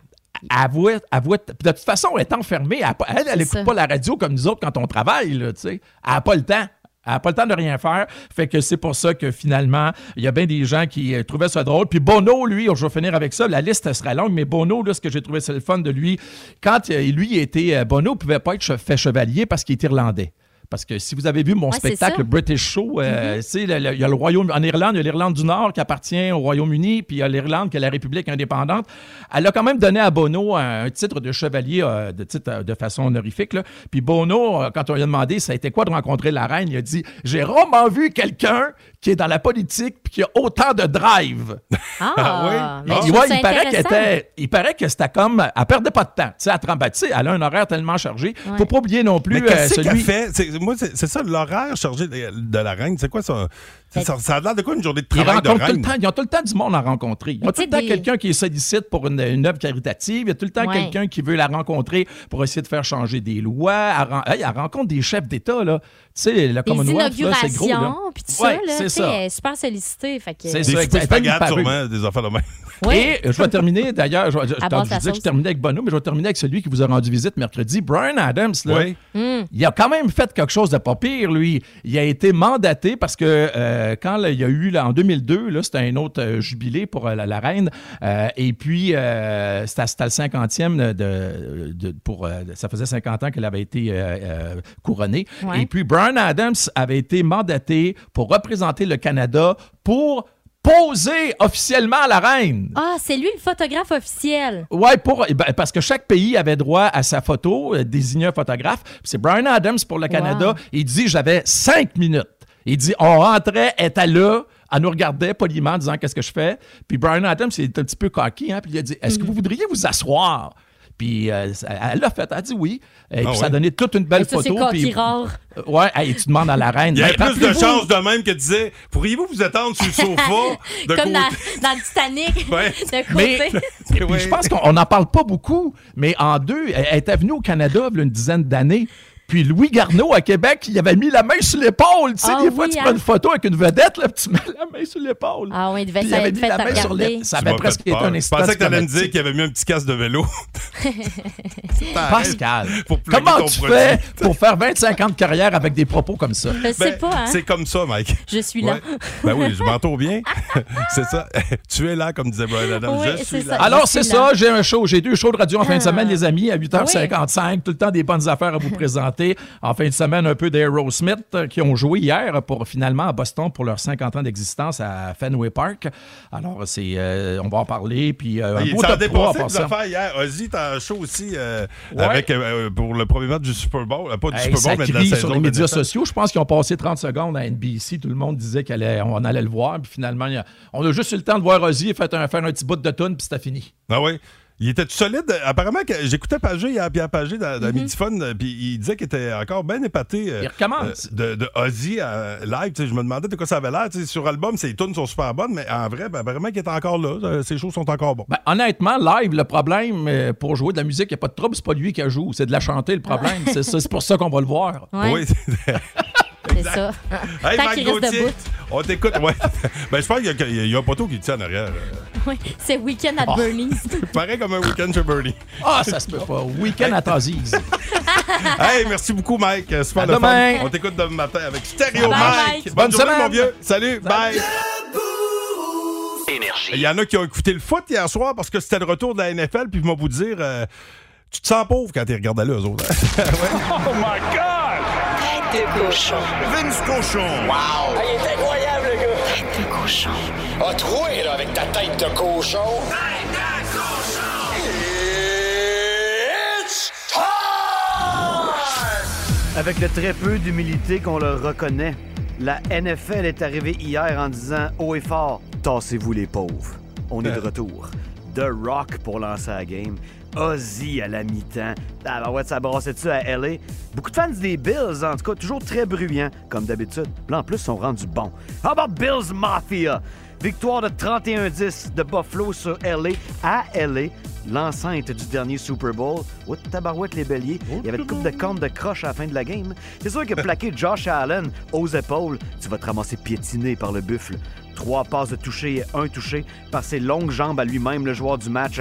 Speaker 10: avouer, avouer, de toute façon, elle est enfermée. Elle a pas- Elle, elle
Speaker 11: C'est
Speaker 10: n'écoute
Speaker 11: ça.
Speaker 10: pas la radio comme nous autres quand on travaille, là, tu sais. Elle n'a pas le temps. Elle n'a pas le temps de rien faire. Fait que c'est pour ça que finalement, il y a bien des gens qui euh, trouvaient ça drôle. Puis Bono, lui, je vais finir avec ça. La liste sera longue, mais Bono, là, ce que j'ai trouvé, c'est le fun de lui. Quand euh, lui il était. euh, Bono ne pouvait pas être che- fait chevalier parce qu'il est irlandais. Parce que si vous avez vu mon
Speaker 11: Ouais, c'est
Speaker 10: spectacle
Speaker 11: ça.
Speaker 10: British Show, euh,
Speaker 5: Mhm.
Speaker 10: tu sais, le- le- il y a le Royaume. En Irlande, il y a l'Irlande du Nord qui appartient au Royaume-Uni, puis il y a l'Irlande qui est la République indépendante. Elle a quand même donné à Bono un, un titre de chevalier euh, de, titre, euh, de façon honorifique. là. Puis Bono, euh, quand on lui a demandé ça a été quoi de rencontrer la reine, il a dit J'ai rarement vu quelqu'un qui est dans la politique puis qui a autant de drive.
Speaker 5: Ah,
Speaker 10: Ah
Speaker 5: ben, je
Speaker 10: Il,
Speaker 5: trouve
Speaker 10: ouais,
Speaker 5: ça
Speaker 10: il paraît qu'elle
Speaker 5: intéressant.
Speaker 10: était- il paraît que c'était comme. Elle perdait pas de temps. Tu sais, elle tremblait. Tu sais, elle a un horaire tellement chargé.
Speaker 5: Ouais.
Speaker 10: Faut pas oublier non plus
Speaker 3: Mais qu'est-ce
Speaker 10: euh,
Speaker 3: qu'elle
Speaker 10: celui.
Speaker 3: fait? C'est, moi, c'est, c'est ça, l'horaire chargé de, de la reine. C'est quoi ça? C'est- ça? ça a l'air de quoi une journée de
Speaker 10: Ils
Speaker 3: travail de
Speaker 10: rencontrent tout
Speaker 3: reine?
Speaker 10: le temps, ils ont tout le temps du monde à rencontrer. Ils ont
Speaker 5: Mais
Speaker 10: tout
Speaker 5: tu
Speaker 10: le
Speaker 5: sais,
Speaker 10: temps
Speaker 5: des-
Speaker 10: quelqu'un qui est sollicite pour une, une œuvre caritative. Il y a tout le temps
Speaker 5: Ouais.
Speaker 10: quelqu'un qui veut la rencontrer pour essayer de faire changer des lois. Elle, ren- hey, elle rencontre des chefs d'État, là. Tu sais, la
Speaker 5: Les
Speaker 10: Commonwealth, là, c'est gros, là.
Speaker 5: inaugurations, puis tout
Speaker 10: Ouais,
Speaker 5: ça, là,
Speaker 10: c'est
Speaker 5: tu sais,
Speaker 10: ça.
Speaker 5: elle est super sollicitée. Fait que...
Speaker 10: C'est
Speaker 3: Des
Speaker 10: ça,
Speaker 3: soupers
Speaker 10: exact. Elle est
Speaker 3: spaghettes,
Speaker 10: parue.
Speaker 3: sûrement, des affaires de même.
Speaker 5: Ouais.
Speaker 10: Et je vais terminer, d'ailleurs, je, je,
Speaker 5: À
Speaker 10: tantôt,
Speaker 5: part
Speaker 10: je
Speaker 5: ta
Speaker 10: disais que
Speaker 5: sauce.
Speaker 10: je terminais avec Bono, mais je vais terminer avec celui qui vous a rendu visite mercredi, Brian Adams. Là.
Speaker 3: Oui.
Speaker 5: Mm.
Speaker 10: Il a quand même fait quelque chose de pas pire, lui. Il a été mandaté parce que euh, quand là, il y a eu, là, en 2002, là, c'était un autre euh, jubilé pour euh, la, la reine, euh, et puis euh, c'était c'était le 50e, de, de- pour, euh, ça faisait 50 ans qu'elle avait été euh, euh, couronnée.
Speaker 11: Ouais.
Speaker 10: Et puis Brian Adams avait été mandaté pour représenter le Canada pour poser officiellement à la reine.
Speaker 5: Ah, c'est lui le photographe officiel.
Speaker 10: Ouais, pour, eh ben, parce que chaque pays avait droit à sa photo, euh, désigner un photographe. Puis C'est Brian Adams pour le Canada.
Speaker 5: Wow.
Speaker 10: Il dit J'avais cinq minutes. Il dit On rentrait, elle était là. Elle nous regardait poliment en disant Qu'est-ce que je fais Puis Brian Adams, il était un petit peu cocky. Hein, puis il a dit Est-ce que vous voudriez vous asseoir Puis euh, ça- elle l'a fait. Elle a dit oui. Et puis
Speaker 3: Ah
Speaker 10: ça a
Speaker 3: ouais.
Speaker 10: donné toute une belle
Speaker 5: Et ça, c'est
Speaker 10: photo.
Speaker 5: cocky
Speaker 10: puis,
Speaker 5: rare.
Speaker 10: Euh, ouais, hey, tu demandes à la reine.
Speaker 3: Il y avait
Speaker 10: Ben,
Speaker 3: plus de
Speaker 10: rappelez-vous-
Speaker 3: chances de même que de dire Pourriez-vous vous attendre sur le sofa de
Speaker 5: Comme dans,
Speaker 3: côté? Ben,
Speaker 5: dans le Titanic,
Speaker 3: Ouais.
Speaker 5: de
Speaker 10: Mais
Speaker 5: côté.
Speaker 10: et puis, je pense qu'on n'en parle pas beaucoup, mais en deux, elle elle était venue au Canada il y a une dizaine d'années. Puis Louis Garneau à Québec, il avait mis la main sur l'épaule. Tu sais,
Speaker 5: Ah
Speaker 10: des fois,
Speaker 5: oui,
Speaker 10: tu
Speaker 5: hein?
Speaker 10: prends une photo avec une vedette, là, puis tu mets la main sur l'épaule.
Speaker 5: Ah oui, il devait
Speaker 10: Puis il avait
Speaker 5: s'être
Speaker 10: mis
Speaker 5: fait
Speaker 10: la main sur
Speaker 5: regarder.
Speaker 10: les- Ça
Speaker 3: Tu
Speaker 10: avait
Speaker 3: m'as
Speaker 10: presque
Speaker 3: fait
Speaker 10: été
Speaker 3: peur.
Speaker 10: un
Speaker 3: Je
Speaker 10: incident.
Speaker 3: pensais que t'allais me dire
Speaker 10: diplomatique.
Speaker 3: qu'il avait mis un petit casque de vélo.
Speaker 10: Pascal,
Speaker 3: Pour plugger
Speaker 10: comment
Speaker 3: ton
Speaker 10: tu
Speaker 3: produit.
Speaker 10: fais pour faire 25 ans de carrière avec des propos comme ça?
Speaker 5: Je sais
Speaker 3: Ben,
Speaker 5: pas, hein.
Speaker 3: C'est comme ça, Mike.
Speaker 5: Je suis là.
Speaker 3: Ouais. Ben oui, je m'entoure bien. c'est ça. tu es là, comme disait Brian Adams.
Speaker 5: Oui,
Speaker 3: je
Speaker 5: c'est
Speaker 3: suis
Speaker 5: ça.
Speaker 3: là.
Speaker 10: Alors,
Speaker 5: D'ici
Speaker 10: Ah, c'est
Speaker 5: là.
Speaker 10: ça, j'ai un show, j'ai deux shows de radio en fin de semaine, les amis, à 8h55. Tout le temps des bonnes affaires à vous présenter. En fin de semaine, un peu d'Aerosmith euh, qui ont joué hier pour finalement à Boston pour leurs 50 ans d'existence à Fenway Park. Alors, c'est, euh, on va en parler. Puis, euh, un
Speaker 3: Il
Speaker 10: beau
Speaker 3: s'en
Speaker 10: top trois en
Speaker 3: dépassait des
Speaker 10: passant.
Speaker 3: affaires hier. Ozzy, t'as un show aussi euh,
Speaker 10: Ouais.
Speaker 3: avec, euh, pour le premier match du Super Bowl. Euh, Pas du
Speaker 10: Hey,
Speaker 3: Super
Speaker 10: ça
Speaker 3: Bowl, mais de la
Speaker 10: crie
Speaker 3: saison.
Speaker 10: sur les
Speaker 3: de
Speaker 10: médias
Speaker 3: NFL.
Speaker 10: sociaux. Je pense qu'ils ont passé 30 secondes à NBC. Tout le monde disait qu'on allait le voir. Puis finalement, il y a- on a juste eu le temps de voir Ozzy et fait un- faire un petit bout de tune, puis c'était fini.
Speaker 3: Ah oui. Il était tout solide. Apparemment, que j'écoutais Pagé hier, Pierre Pagé dans, dans Midi Fun, euh, puis il disait qu'il était encore bien épaté euh,
Speaker 10: Mhm. Il recommence.
Speaker 3: euh, de, de Ozzy à live. Tu sais, Je me demandais de quoi ça avait l'air. Tu sais, Sur album, ses tunes sont super bonnes, mais en vrai, ben, apparemment qu'il est encore là. Euh, Ses shows sont encore bons.
Speaker 10: Ben, honnêtement, live, le problème euh, pour jouer de la musique, il n'y a pas de trouble, c'est pas lui qui joue, c'est de la chanter le problème. c'est ça, c'est pour ça qu'on va le voir.
Speaker 5: Ouais,
Speaker 3: Oui.
Speaker 5: c'est ça.
Speaker 3: Hey,
Speaker 5: Tant
Speaker 3: Mike
Speaker 5: qu'il reste
Speaker 3: Gauthier,
Speaker 5: debout.
Speaker 3: on t'écoute. Ouais. ben, je pense qu'il y a- qu'il y, a- il y a un poteau qui tient en arrière. euh.
Speaker 5: Oui, c'est Weekend
Speaker 3: Ah.
Speaker 5: at Bernie's.
Speaker 3: Pareil comme un week-end chez Bernie.
Speaker 10: Ah, ça se peut pas. Week-end à Taziz.
Speaker 3: hey, merci beaucoup, Mike. Euh, Super
Speaker 10: À
Speaker 3: le fun.
Speaker 10: demain.
Speaker 3: On t'écoute demain matin avec Stereo
Speaker 5: Bye,
Speaker 3: Mike.
Speaker 5: Mike.
Speaker 3: Bonne,
Speaker 10: Bonne
Speaker 3: journée,
Speaker 10: semaine.
Speaker 3: mon vieux. Salut. Bye. Il
Speaker 2: Énergie.
Speaker 3: y en a qui ont écouté le foot hier soir parce que c'était le retour de la NFL. Puis, je vais vous dire, euh, tu te sens pauvre quand tu regardes là, eux autres. hein?
Speaker 9: Oh my God!
Speaker 1: Tête de cochon.
Speaker 12: Vince Cochon.
Speaker 2: Wow!
Speaker 9: il est incroyable, le gars!
Speaker 1: Tête de cochon.
Speaker 2: A troué, là, avec ta tête de cochon. Tête de cochon! It's time!
Speaker 12: Avec le très peu d'humilité qu'on leur reconnaît, la NFL est arrivée hier en disant haut et fort Tassez-vous les pauvres. On est de retour. The Rock pour lancer la game. Ozzy à la mi-temps. Ah, ben ouais, ça brassait dessus à LA. Beaucoup de fans des Bills, en tout cas, toujours très bruyants, comme d'habitude. Là, en plus, ils sont rendus bons. How about Bills Mafia? Victoire de 31-10 de Buffalo sur LA à LA, l'enceinte du dernier Super Bowl. What tabarouette les béliers. Il y avait une coupe de cornes de croche à la fin de la game. C'est sûr que plaquer Josh Allen aux épaules, tu vas te ramasser piétiné par le buffle. Trois passes de toucher et un touché par ses longues jambes à lui-même, le joueur du match.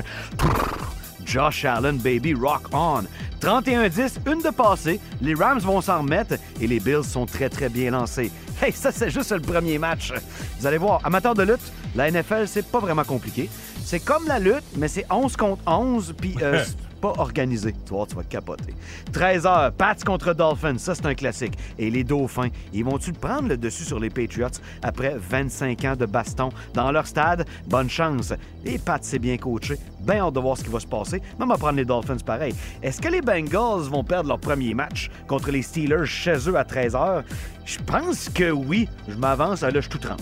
Speaker 12: Josh Allen, baby, rock on. 31-10, une de passée. Les Rams vont s'en remettre et les Bills sont très, très bien lancés. Hey, ça, c'est juste le premier match. Vous allez voir, amateurs de lutte, la NFL, c'est pas vraiment compliqué. C'est comme la lutte, mais c'est 11 contre 11, puis euh, c'est pas organisé. Tu vois, tu vas capoter. 13h, Pats contre Dolphins, ça c'est un classique. Et les Dauphins, ils vont-tu prendre le dessus sur les Patriots après 25 ans de baston dans leur stade? Bonne chance. Les Pats, c'est bien coaché. Ben hâte de voir ce qui va se passer. Même à prendre les Dolphins pareil. Est-ce que les Bengals vont perdre leur premier match contre les Steelers chez eux à 13h? Je pense que oui. Je m'avance, Ah, là, je tout trempe.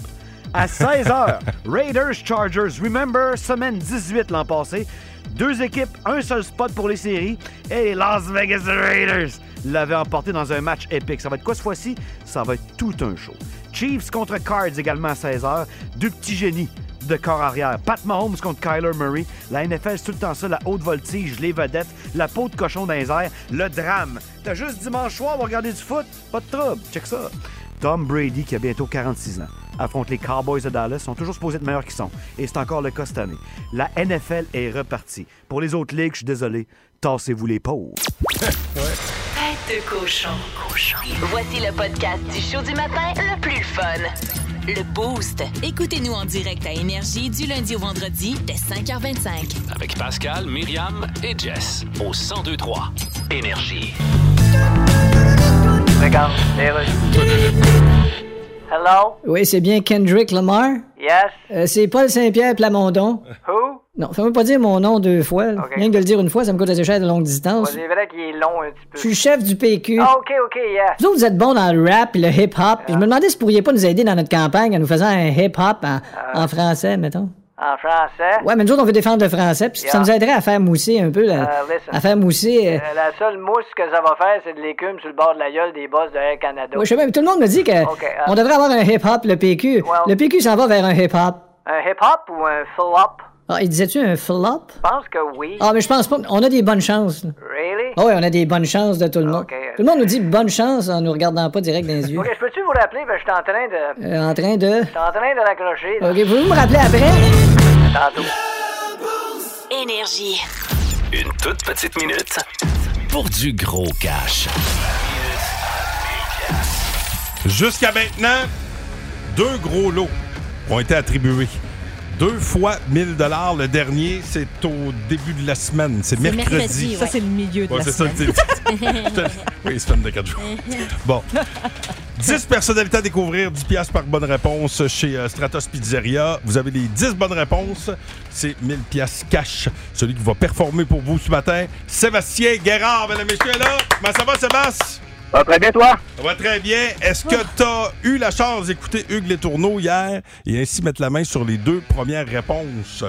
Speaker 12: À 16h, Raiders Chargers. Remember, semaine 18 l'an passé. Deux équipes, un seul spot pour les séries. Et les Las Vegas Raiders l'avaient emporté dans un match épique. Ça va être quoi cette fois-ci? Ça va être tout un show. Chiefs contre Cards également à 16h. Deux petits génies de corps arrière. Pat Mahomes contre Kyler Murray. La NFL, c'est tout le temps ça. La haute voltige, les vedettes, la peau de cochon dans les airs, le drame. T'as juste dimanche soir, on va regarder du foot. Pas de trouble. Check ça. Tom Brady, qui a bientôt 46 ans, affronte les Cowboys de Dallas, sont toujours supposés être meilleurs qu'ils sont. Et c'est encore le cas cette année. La NFL est repartie. Pour les autres ligues, je suis désolé, tassez-vous les pauvres.
Speaker 1: Tête de cochon. Voici le podcast du show du matin le plus fun. Le Boost. Écoutez-nous en direct à Énergie du lundi au vendredi dès 5h25.
Speaker 2: Avec Pascal, Myriam et Jess au 1023 Énergie.
Speaker 11: Regarde, Hello?
Speaker 4: Oui, c'est bien Kendrick Lamar.
Speaker 11: Yes?
Speaker 4: Euh, c'est Paul Saint-Pierre Plamondon.
Speaker 11: Who?
Speaker 4: Non, fais-moi pas dire mon nom deux fois. là. Rien que de le dire une fois, ça me coûte assez cher de longue
Speaker 11: Ouais,
Speaker 4: distance.
Speaker 11: c'est vrai qu'il est long un petit peu.
Speaker 4: Je suis chef du PQ.
Speaker 11: Ah, ok, ok, yeah.
Speaker 4: Vous autres, vous êtes bons dans le rap et le hip-hop.
Speaker 11: Ah.
Speaker 4: puis Je me demandais si vous pourriez pas nous aider dans notre campagne en nous faisant un hip-hop en, en français, mettons.
Speaker 11: En français?
Speaker 4: Ouais, mais nous autres, on veut défendre le français, puis ça
Speaker 11: Yeah.
Speaker 4: nous aiderait à faire mousser un peu, la-
Speaker 11: Euh, listen.
Speaker 4: à faire mousser... euh,
Speaker 11: Euh, la seule mousse que ça va faire, c'est de l'écume sur le bord de la gueule des boss de Air Canada.
Speaker 4: ouais, je sais même, tout le monde me dit que
Speaker 11: Ok, euh,
Speaker 4: on devrait avoir un hip-hop, le PQ. Le PQ s'en va vers un hip-hop.
Speaker 11: Un hip-hop ou un flop?
Speaker 4: Ah, il disait-tu un flop?
Speaker 11: Je pense que oui.
Speaker 4: Ah, mais je pense pas. On a des bonnes chances. là.
Speaker 11: Really?
Speaker 4: Ah ouais, on a des bonnes chances de tout le monde.
Speaker 11: Ok, euh,
Speaker 4: Tout le monde nous dit bonne chance en nous regardant pas direct dans les yeux.
Speaker 11: Ok, je peux-tu vous rappeler? Parce que je suis en train de...
Speaker 4: Euh, en train de...
Speaker 11: Je suis en train de raccrocher. là.
Speaker 4: Ok, vous me rappeler après?
Speaker 11: Tantôt.
Speaker 1: Énergie.
Speaker 2: Une toute petite minute pour du gros cash.
Speaker 3: Jusqu'à maintenant, deux gros lots ont été attribués. Deux fois 1000 dollars. Le dernier, c'est au début de la semaine. C'est mercredi.
Speaker 6: Ça, c'est le milieu de
Speaker 3: Ouais,
Speaker 6: la
Speaker 3: c'est ça,
Speaker 6: semaine.
Speaker 3: Oui, semaine de 4 jours. Bon. 10 personnalités à découvrir, 10 piastres par bonne réponse chez euh, Stratos Pizzeria. Vous avez les 10 bonnes réponses, c'est 1000 piastres cash. Celui qui va performer pour vous ce matin, Sébastien Guérard, mesdames et messieurs, là. Comment ça va, Sébastien?
Speaker 9: Ça va très bien, toi?
Speaker 3: Ça va très bien. Est-ce que tu as eu la chance d'écouter Hugues Les Tourneaux hier et ainsi mettre la main sur les deux premières réponses?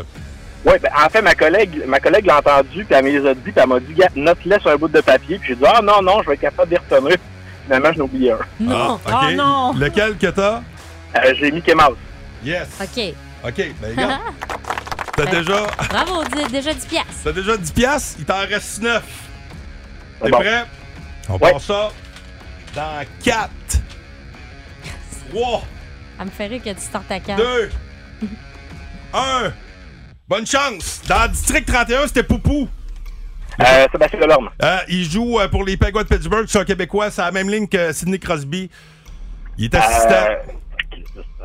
Speaker 9: Oui, ben, en fait, ma collègue, ma collègue l'a entendu, puis elle me les a dit, puis elle m'a dit, Gars, note-les sur un bout de papier, puis j'ai dit, ah non, non, je vais être capable d'y retenir. Finalement, j'en ai oublié un.
Speaker 3: Non. Ah, ok. Oh, non. Lequel que t'as?
Speaker 9: Euh, j'ai Mickey Mouse.
Speaker 3: Yes.
Speaker 5: OK.
Speaker 3: OK, ben regarde. T'as déjà,
Speaker 5: Bravo, d- déjà 10 piastres.
Speaker 3: t'as déjà 10 piastres, il t'en reste 9. T'es
Speaker 9: bon.
Speaker 3: prêt? On
Speaker 9: Ouais.
Speaker 3: part ça dans 4, 3,
Speaker 5: Ça me fait rire que tu sortes ta carte.
Speaker 3: 2, 1. Bonne chance! Dans District 31, c'était Poupou.
Speaker 9: Euh, Sébastien Delorme.
Speaker 3: Euh, il joue euh, pour les Penguins de Pittsburgh, c'est un Québécois, c'est la même ligne que Sidney Crosby. Il est assistant.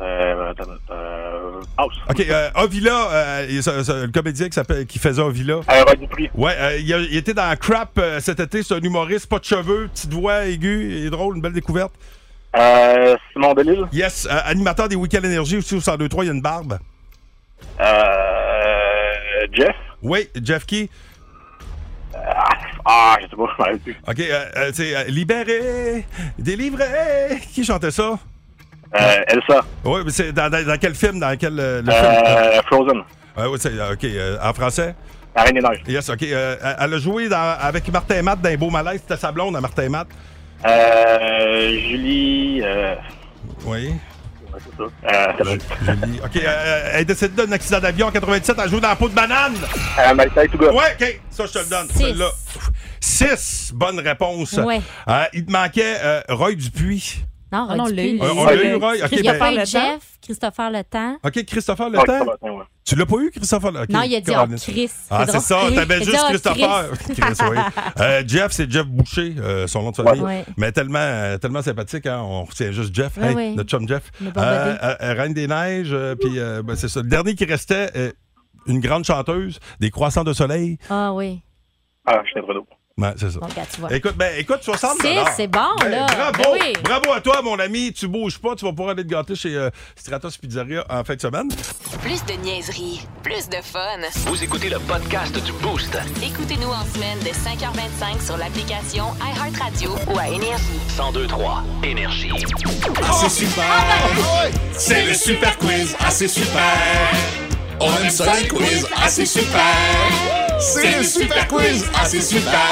Speaker 9: Euh, euh, attends, euh, House.
Speaker 3: OK, euh, Avila, euh, il- ça- ça- le comédien qui, s'appelle- qui faisait Avila.
Speaker 9: Euh, Rod Dupuis.
Speaker 3: Ouais, euh, il, a- il était dans Crap euh, cet été, c'est un humoriste, pas de cheveux, petite voix aiguë, il est drôle, une belle découverte.
Speaker 9: Euh, Simon Delille.
Speaker 3: Yes, euh, animateur des Week-ends Énergie aussi au 102.3, il y a une barbe.
Speaker 9: Euh, Jeff.
Speaker 3: Oui, Jeff Key.
Speaker 9: Ah, je sais pas, je m'en rappelle plus.
Speaker 3: OK, euh, euh, c'est euh, Libéré, délivré. Qui chantait ça?
Speaker 9: Euh, Elsa.
Speaker 3: Oui, mais c'est dans, dans- dans quel film? Dans quel euh, le film?
Speaker 9: Euh, Frozen.
Speaker 3: Ouais, ouais, c'est, euh, OK, euh, en français?
Speaker 9: La Reine des Neiges.
Speaker 3: Yes, OK. euh, elle- elle a joué dans- avec Martin et Matt dans Beau Malaise, c'était sa blonde à Martin et Matt.
Speaker 9: Euh, Julie. Euh,
Speaker 3: Oui.
Speaker 9: ouais, c'est ça. Euh,
Speaker 3: Ju- Julie. OK, euh, elle est décédée d'un accident d'avion en 97, elle joue dans la peau de banane.
Speaker 9: Euh, Marita Touga.
Speaker 3: Ouais, OK, ça, je te le donne.
Speaker 9: Six.
Speaker 3: Celle-là. Six bonnes réponses.
Speaker 9: Ouais.
Speaker 3: Euh, il te manquait euh, Roy Dupuis.
Speaker 5: Non,
Speaker 6: non, on
Speaker 5: Roy
Speaker 6: l'a
Speaker 5: Dupuis,
Speaker 6: eu.
Speaker 5: l'a
Speaker 3: On- on l'a eu, Roy. Ok,
Speaker 5: Christopher
Speaker 3: ben-
Speaker 5: et Jeff, Christopher Le Temps.
Speaker 3: OK, Christopher Le Temps. Tu l'as pas eu, Christopher Le
Speaker 5: Non, il a dit, oh, Chris.
Speaker 3: Ah, c'est
Speaker 5: drôle.
Speaker 3: ça, t'avais
Speaker 5: Il a
Speaker 3: juste
Speaker 5: dit, oh,
Speaker 3: Christopher.
Speaker 5: Chris.
Speaker 3: Chris, oui. Euh, Jeff, c'est Jeff Boucher, euh, son nom de famille.
Speaker 5: Ouais.
Speaker 3: Mais tellement, euh, tellement sympathique, hein, on retient juste Jeff.
Speaker 5: Ouais,
Speaker 3: Hey,
Speaker 5: ouais.
Speaker 3: Notre chum Jeff.
Speaker 5: Le barbadé.
Speaker 3: Euh, euh, Reine des Neiges, euh, puis euh, ben, c'est ça. Le dernier qui restait, euh, une grande chanteuse, des croissants de soleil.
Speaker 5: Ah oui.
Speaker 9: Ah, je t'ai
Speaker 3: Ouais, c'est ça.
Speaker 5: Bon, regarde, tu vois.
Speaker 3: Écoute, ben, écoute, 60
Speaker 5: C'est- c'est bon,
Speaker 3: Ben,
Speaker 5: là.
Speaker 3: Bravo,
Speaker 5: Ben oui.
Speaker 3: bravo à toi, mon ami. Tu bouges pas, tu vas pouvoir aller te gâter chez euh, Stratos Pizzeria en fin de semaine.
Speaker 1: Plus de niaiserie, plus de fun.
Speaker 2: Vous écoutez le podcast du Boost.
Speaker 1: Écoutez-nous en semaine de 5h25 sur l'application iHeartRadio ou à Énergie.
Speaker 2: 1023 Énergie.
Speaker 13: c'est super. C'est le super quiz. Ah, c'est super. On aime ça, les quiz. Ah, c'est super. C'est le super quiz. Ah, c'est super.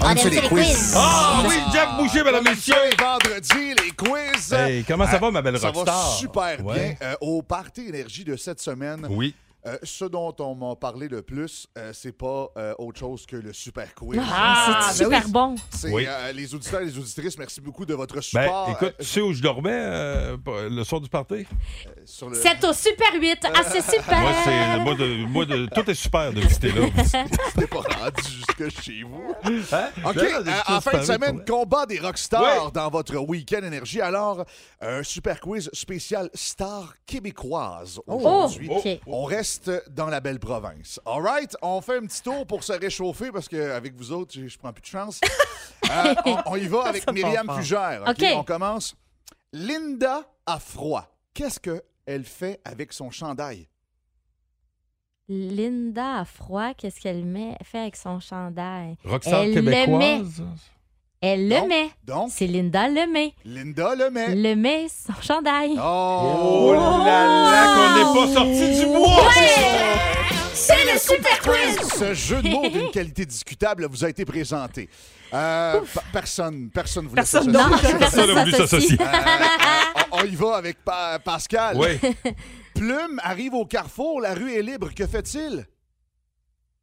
Speaker 3: On aime ça, les quiz. Ah, oui, Jeff Boucher, mesdames, messieurs.
Speaker 13: vendredi, les quiz.
Speaker 3: Hey, comment ça va, ma belle
Speaker 13: Ah, Ça va
Speaker 3: rockstar?
Speaker 13: super
Speaker 3: Ouais.
Speaker 13: bien. Euh, au Party Énergie de cette semaine.
Speaker 3: Oui.
Speaker 13: euh, ce dont on m'a parlé le plus, euh, c'est pas euh, autre chose que le super quiz.
Speaker 5: Ah, c'est
Speaker 13: Ben
Speaker 5: super
Speaker 13: oui.
Speaker 5: bon.
Speaker 13: C'est,
Speaker 3: Oui.
Speaker 13: euh, les auditeurs et les auditrices, merci beaucoup de votre
Speaker 3: Ben,
Speaker 13: support.
Speaker 3: écoute, tu sais où je dormais euh, le soir du party?
Speaker 13: euh, sur le...
Speaker 5: C'est au Super 8. Ah, c'est super.
Speaker 3: Moi, c'est, moi, de, moi de, tout est super de visiter là.
Speaker 13: T'es pas rendu jusque chez vous.
Speaker 3: Hein?
Speaker 13: OK,
Speaker 3: Là,
Speaker 13: euh,
Speaker 3: des choses
Speaker 13: en fin de
Speaker 3: pareilles,
Speaker 13: semaine,
Speaker 3: pour
Speaker 13: combat des rockstars dans votre week-end énergie. Alors, un super quiz spécial star québécoise
Speaker 5: Oh,
Speaker 13: aujourd'hui.
Speaker 5: OK.
Speaker 13: On reste dans la belle province. All right, on fait un petit tour pour se réchauffer parce qu'avec vous autres, je je prends plus de chance. Euh, on, on y va avec
Speaker 12: Ça part
Speaker 13: Myriam
Speaker 12: fort.
Speaker 13: Fugère.
Speaker 12: OK.
Speaker 13: On commence. Linda a froid. Qu'est-ce qu'elle fait avec son chandail?
Speaker 5: Linda à froid, qu'est-ce qu'elle met, fait avec son chandail?
Speaker 13: Rockstar
Speaker 5: elle Le
Speaker 13: québécoise.
Speaker 5: met. Elle le
Speaker 13: Donc-
Speaker 5: met. C'est Linda le met.
Speaker 13: Linda le met. Ah,
Speaker 5: Le met son chandail.
Speaker 13: Oh,
Speaker 3: là là, qu'on n'est pas sorti du bois!
Speaker 13: C'est le Super Quiz! Ce jeu de mots d'une qualité discutable vous a été présenté. Euh, pa- personne, personne voulait
Speaker 3: Personne
Speaker 13: s'associer.
Speaker 3: non, Personne personne n'a voulu s'associe. s'associer.
Speaker 13: Euh, on on y va avec Pa- Pascal.
Speaker 3: Oui.
Speaker 13: Plume arrive au carrefour, la rue est libre. Que fait-il?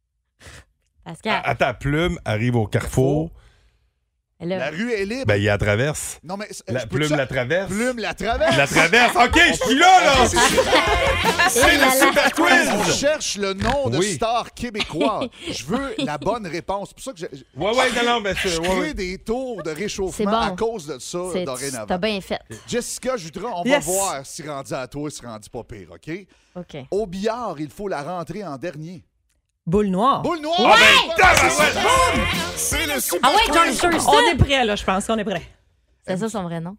Speaker 5: Pascal,
Speaker 13: Ah,
Speaker 3: À ta Ah, plume, arrive au carrefour.
Speaker 13: La rue est libre.
Speaker 3: Ben, il y a la traverse.
Speaker 13: non, mais. c-
Speaker 3: La
Speaker 13: je peux
Speaker 3: plume
Speaker 13: te-
Speaker 3: la traverse.
Speaker 13: Plume la traverse.
Speaker 3: La traverse. OK, je suis là, là!
Speaker 13: C'est super.
Speaker 3: C'est le Super Quiz!
Speaker 13: On cherche le nom de
Speaker 3: Oui.
Speaker 13: star québécois. Je veux la bonne réponse. C'est pour ça que j'ai.
Speaker 3: Ouais, ouais, non, non, mais c'est-
Speaker 13: Je
Speaker 3: ouais,
Speaker 13: crée
Speaker 3: ouais.
Speaker 13: des tours de réchauffement
Speaker 5: C'est bon.
Speaker 13: à cause de ça
Speaker 5: c'est-
Speaker 13: dorénavant.
Speaker 5: t'as bien fait.
Speaker 13: Jessica Jutras, on
Speaker 5: Yes.
Speaker 13: va voir si rendu à toi, si rendu pas pire, OK?
Speaker 5: OK.
Speaker 13: Au billard, il faut la rentrer en dernier.
Speaker 6: Boule noire.
Speaker 13: Boule noire!
Speaker 6: Ouais!
Speaker 13: C'est le
Speaker 6: Ah ouais, John Thurston! On est prêt, là, je pense qu'on est prêt.
Speaker 5: C'est ça son vrai nom?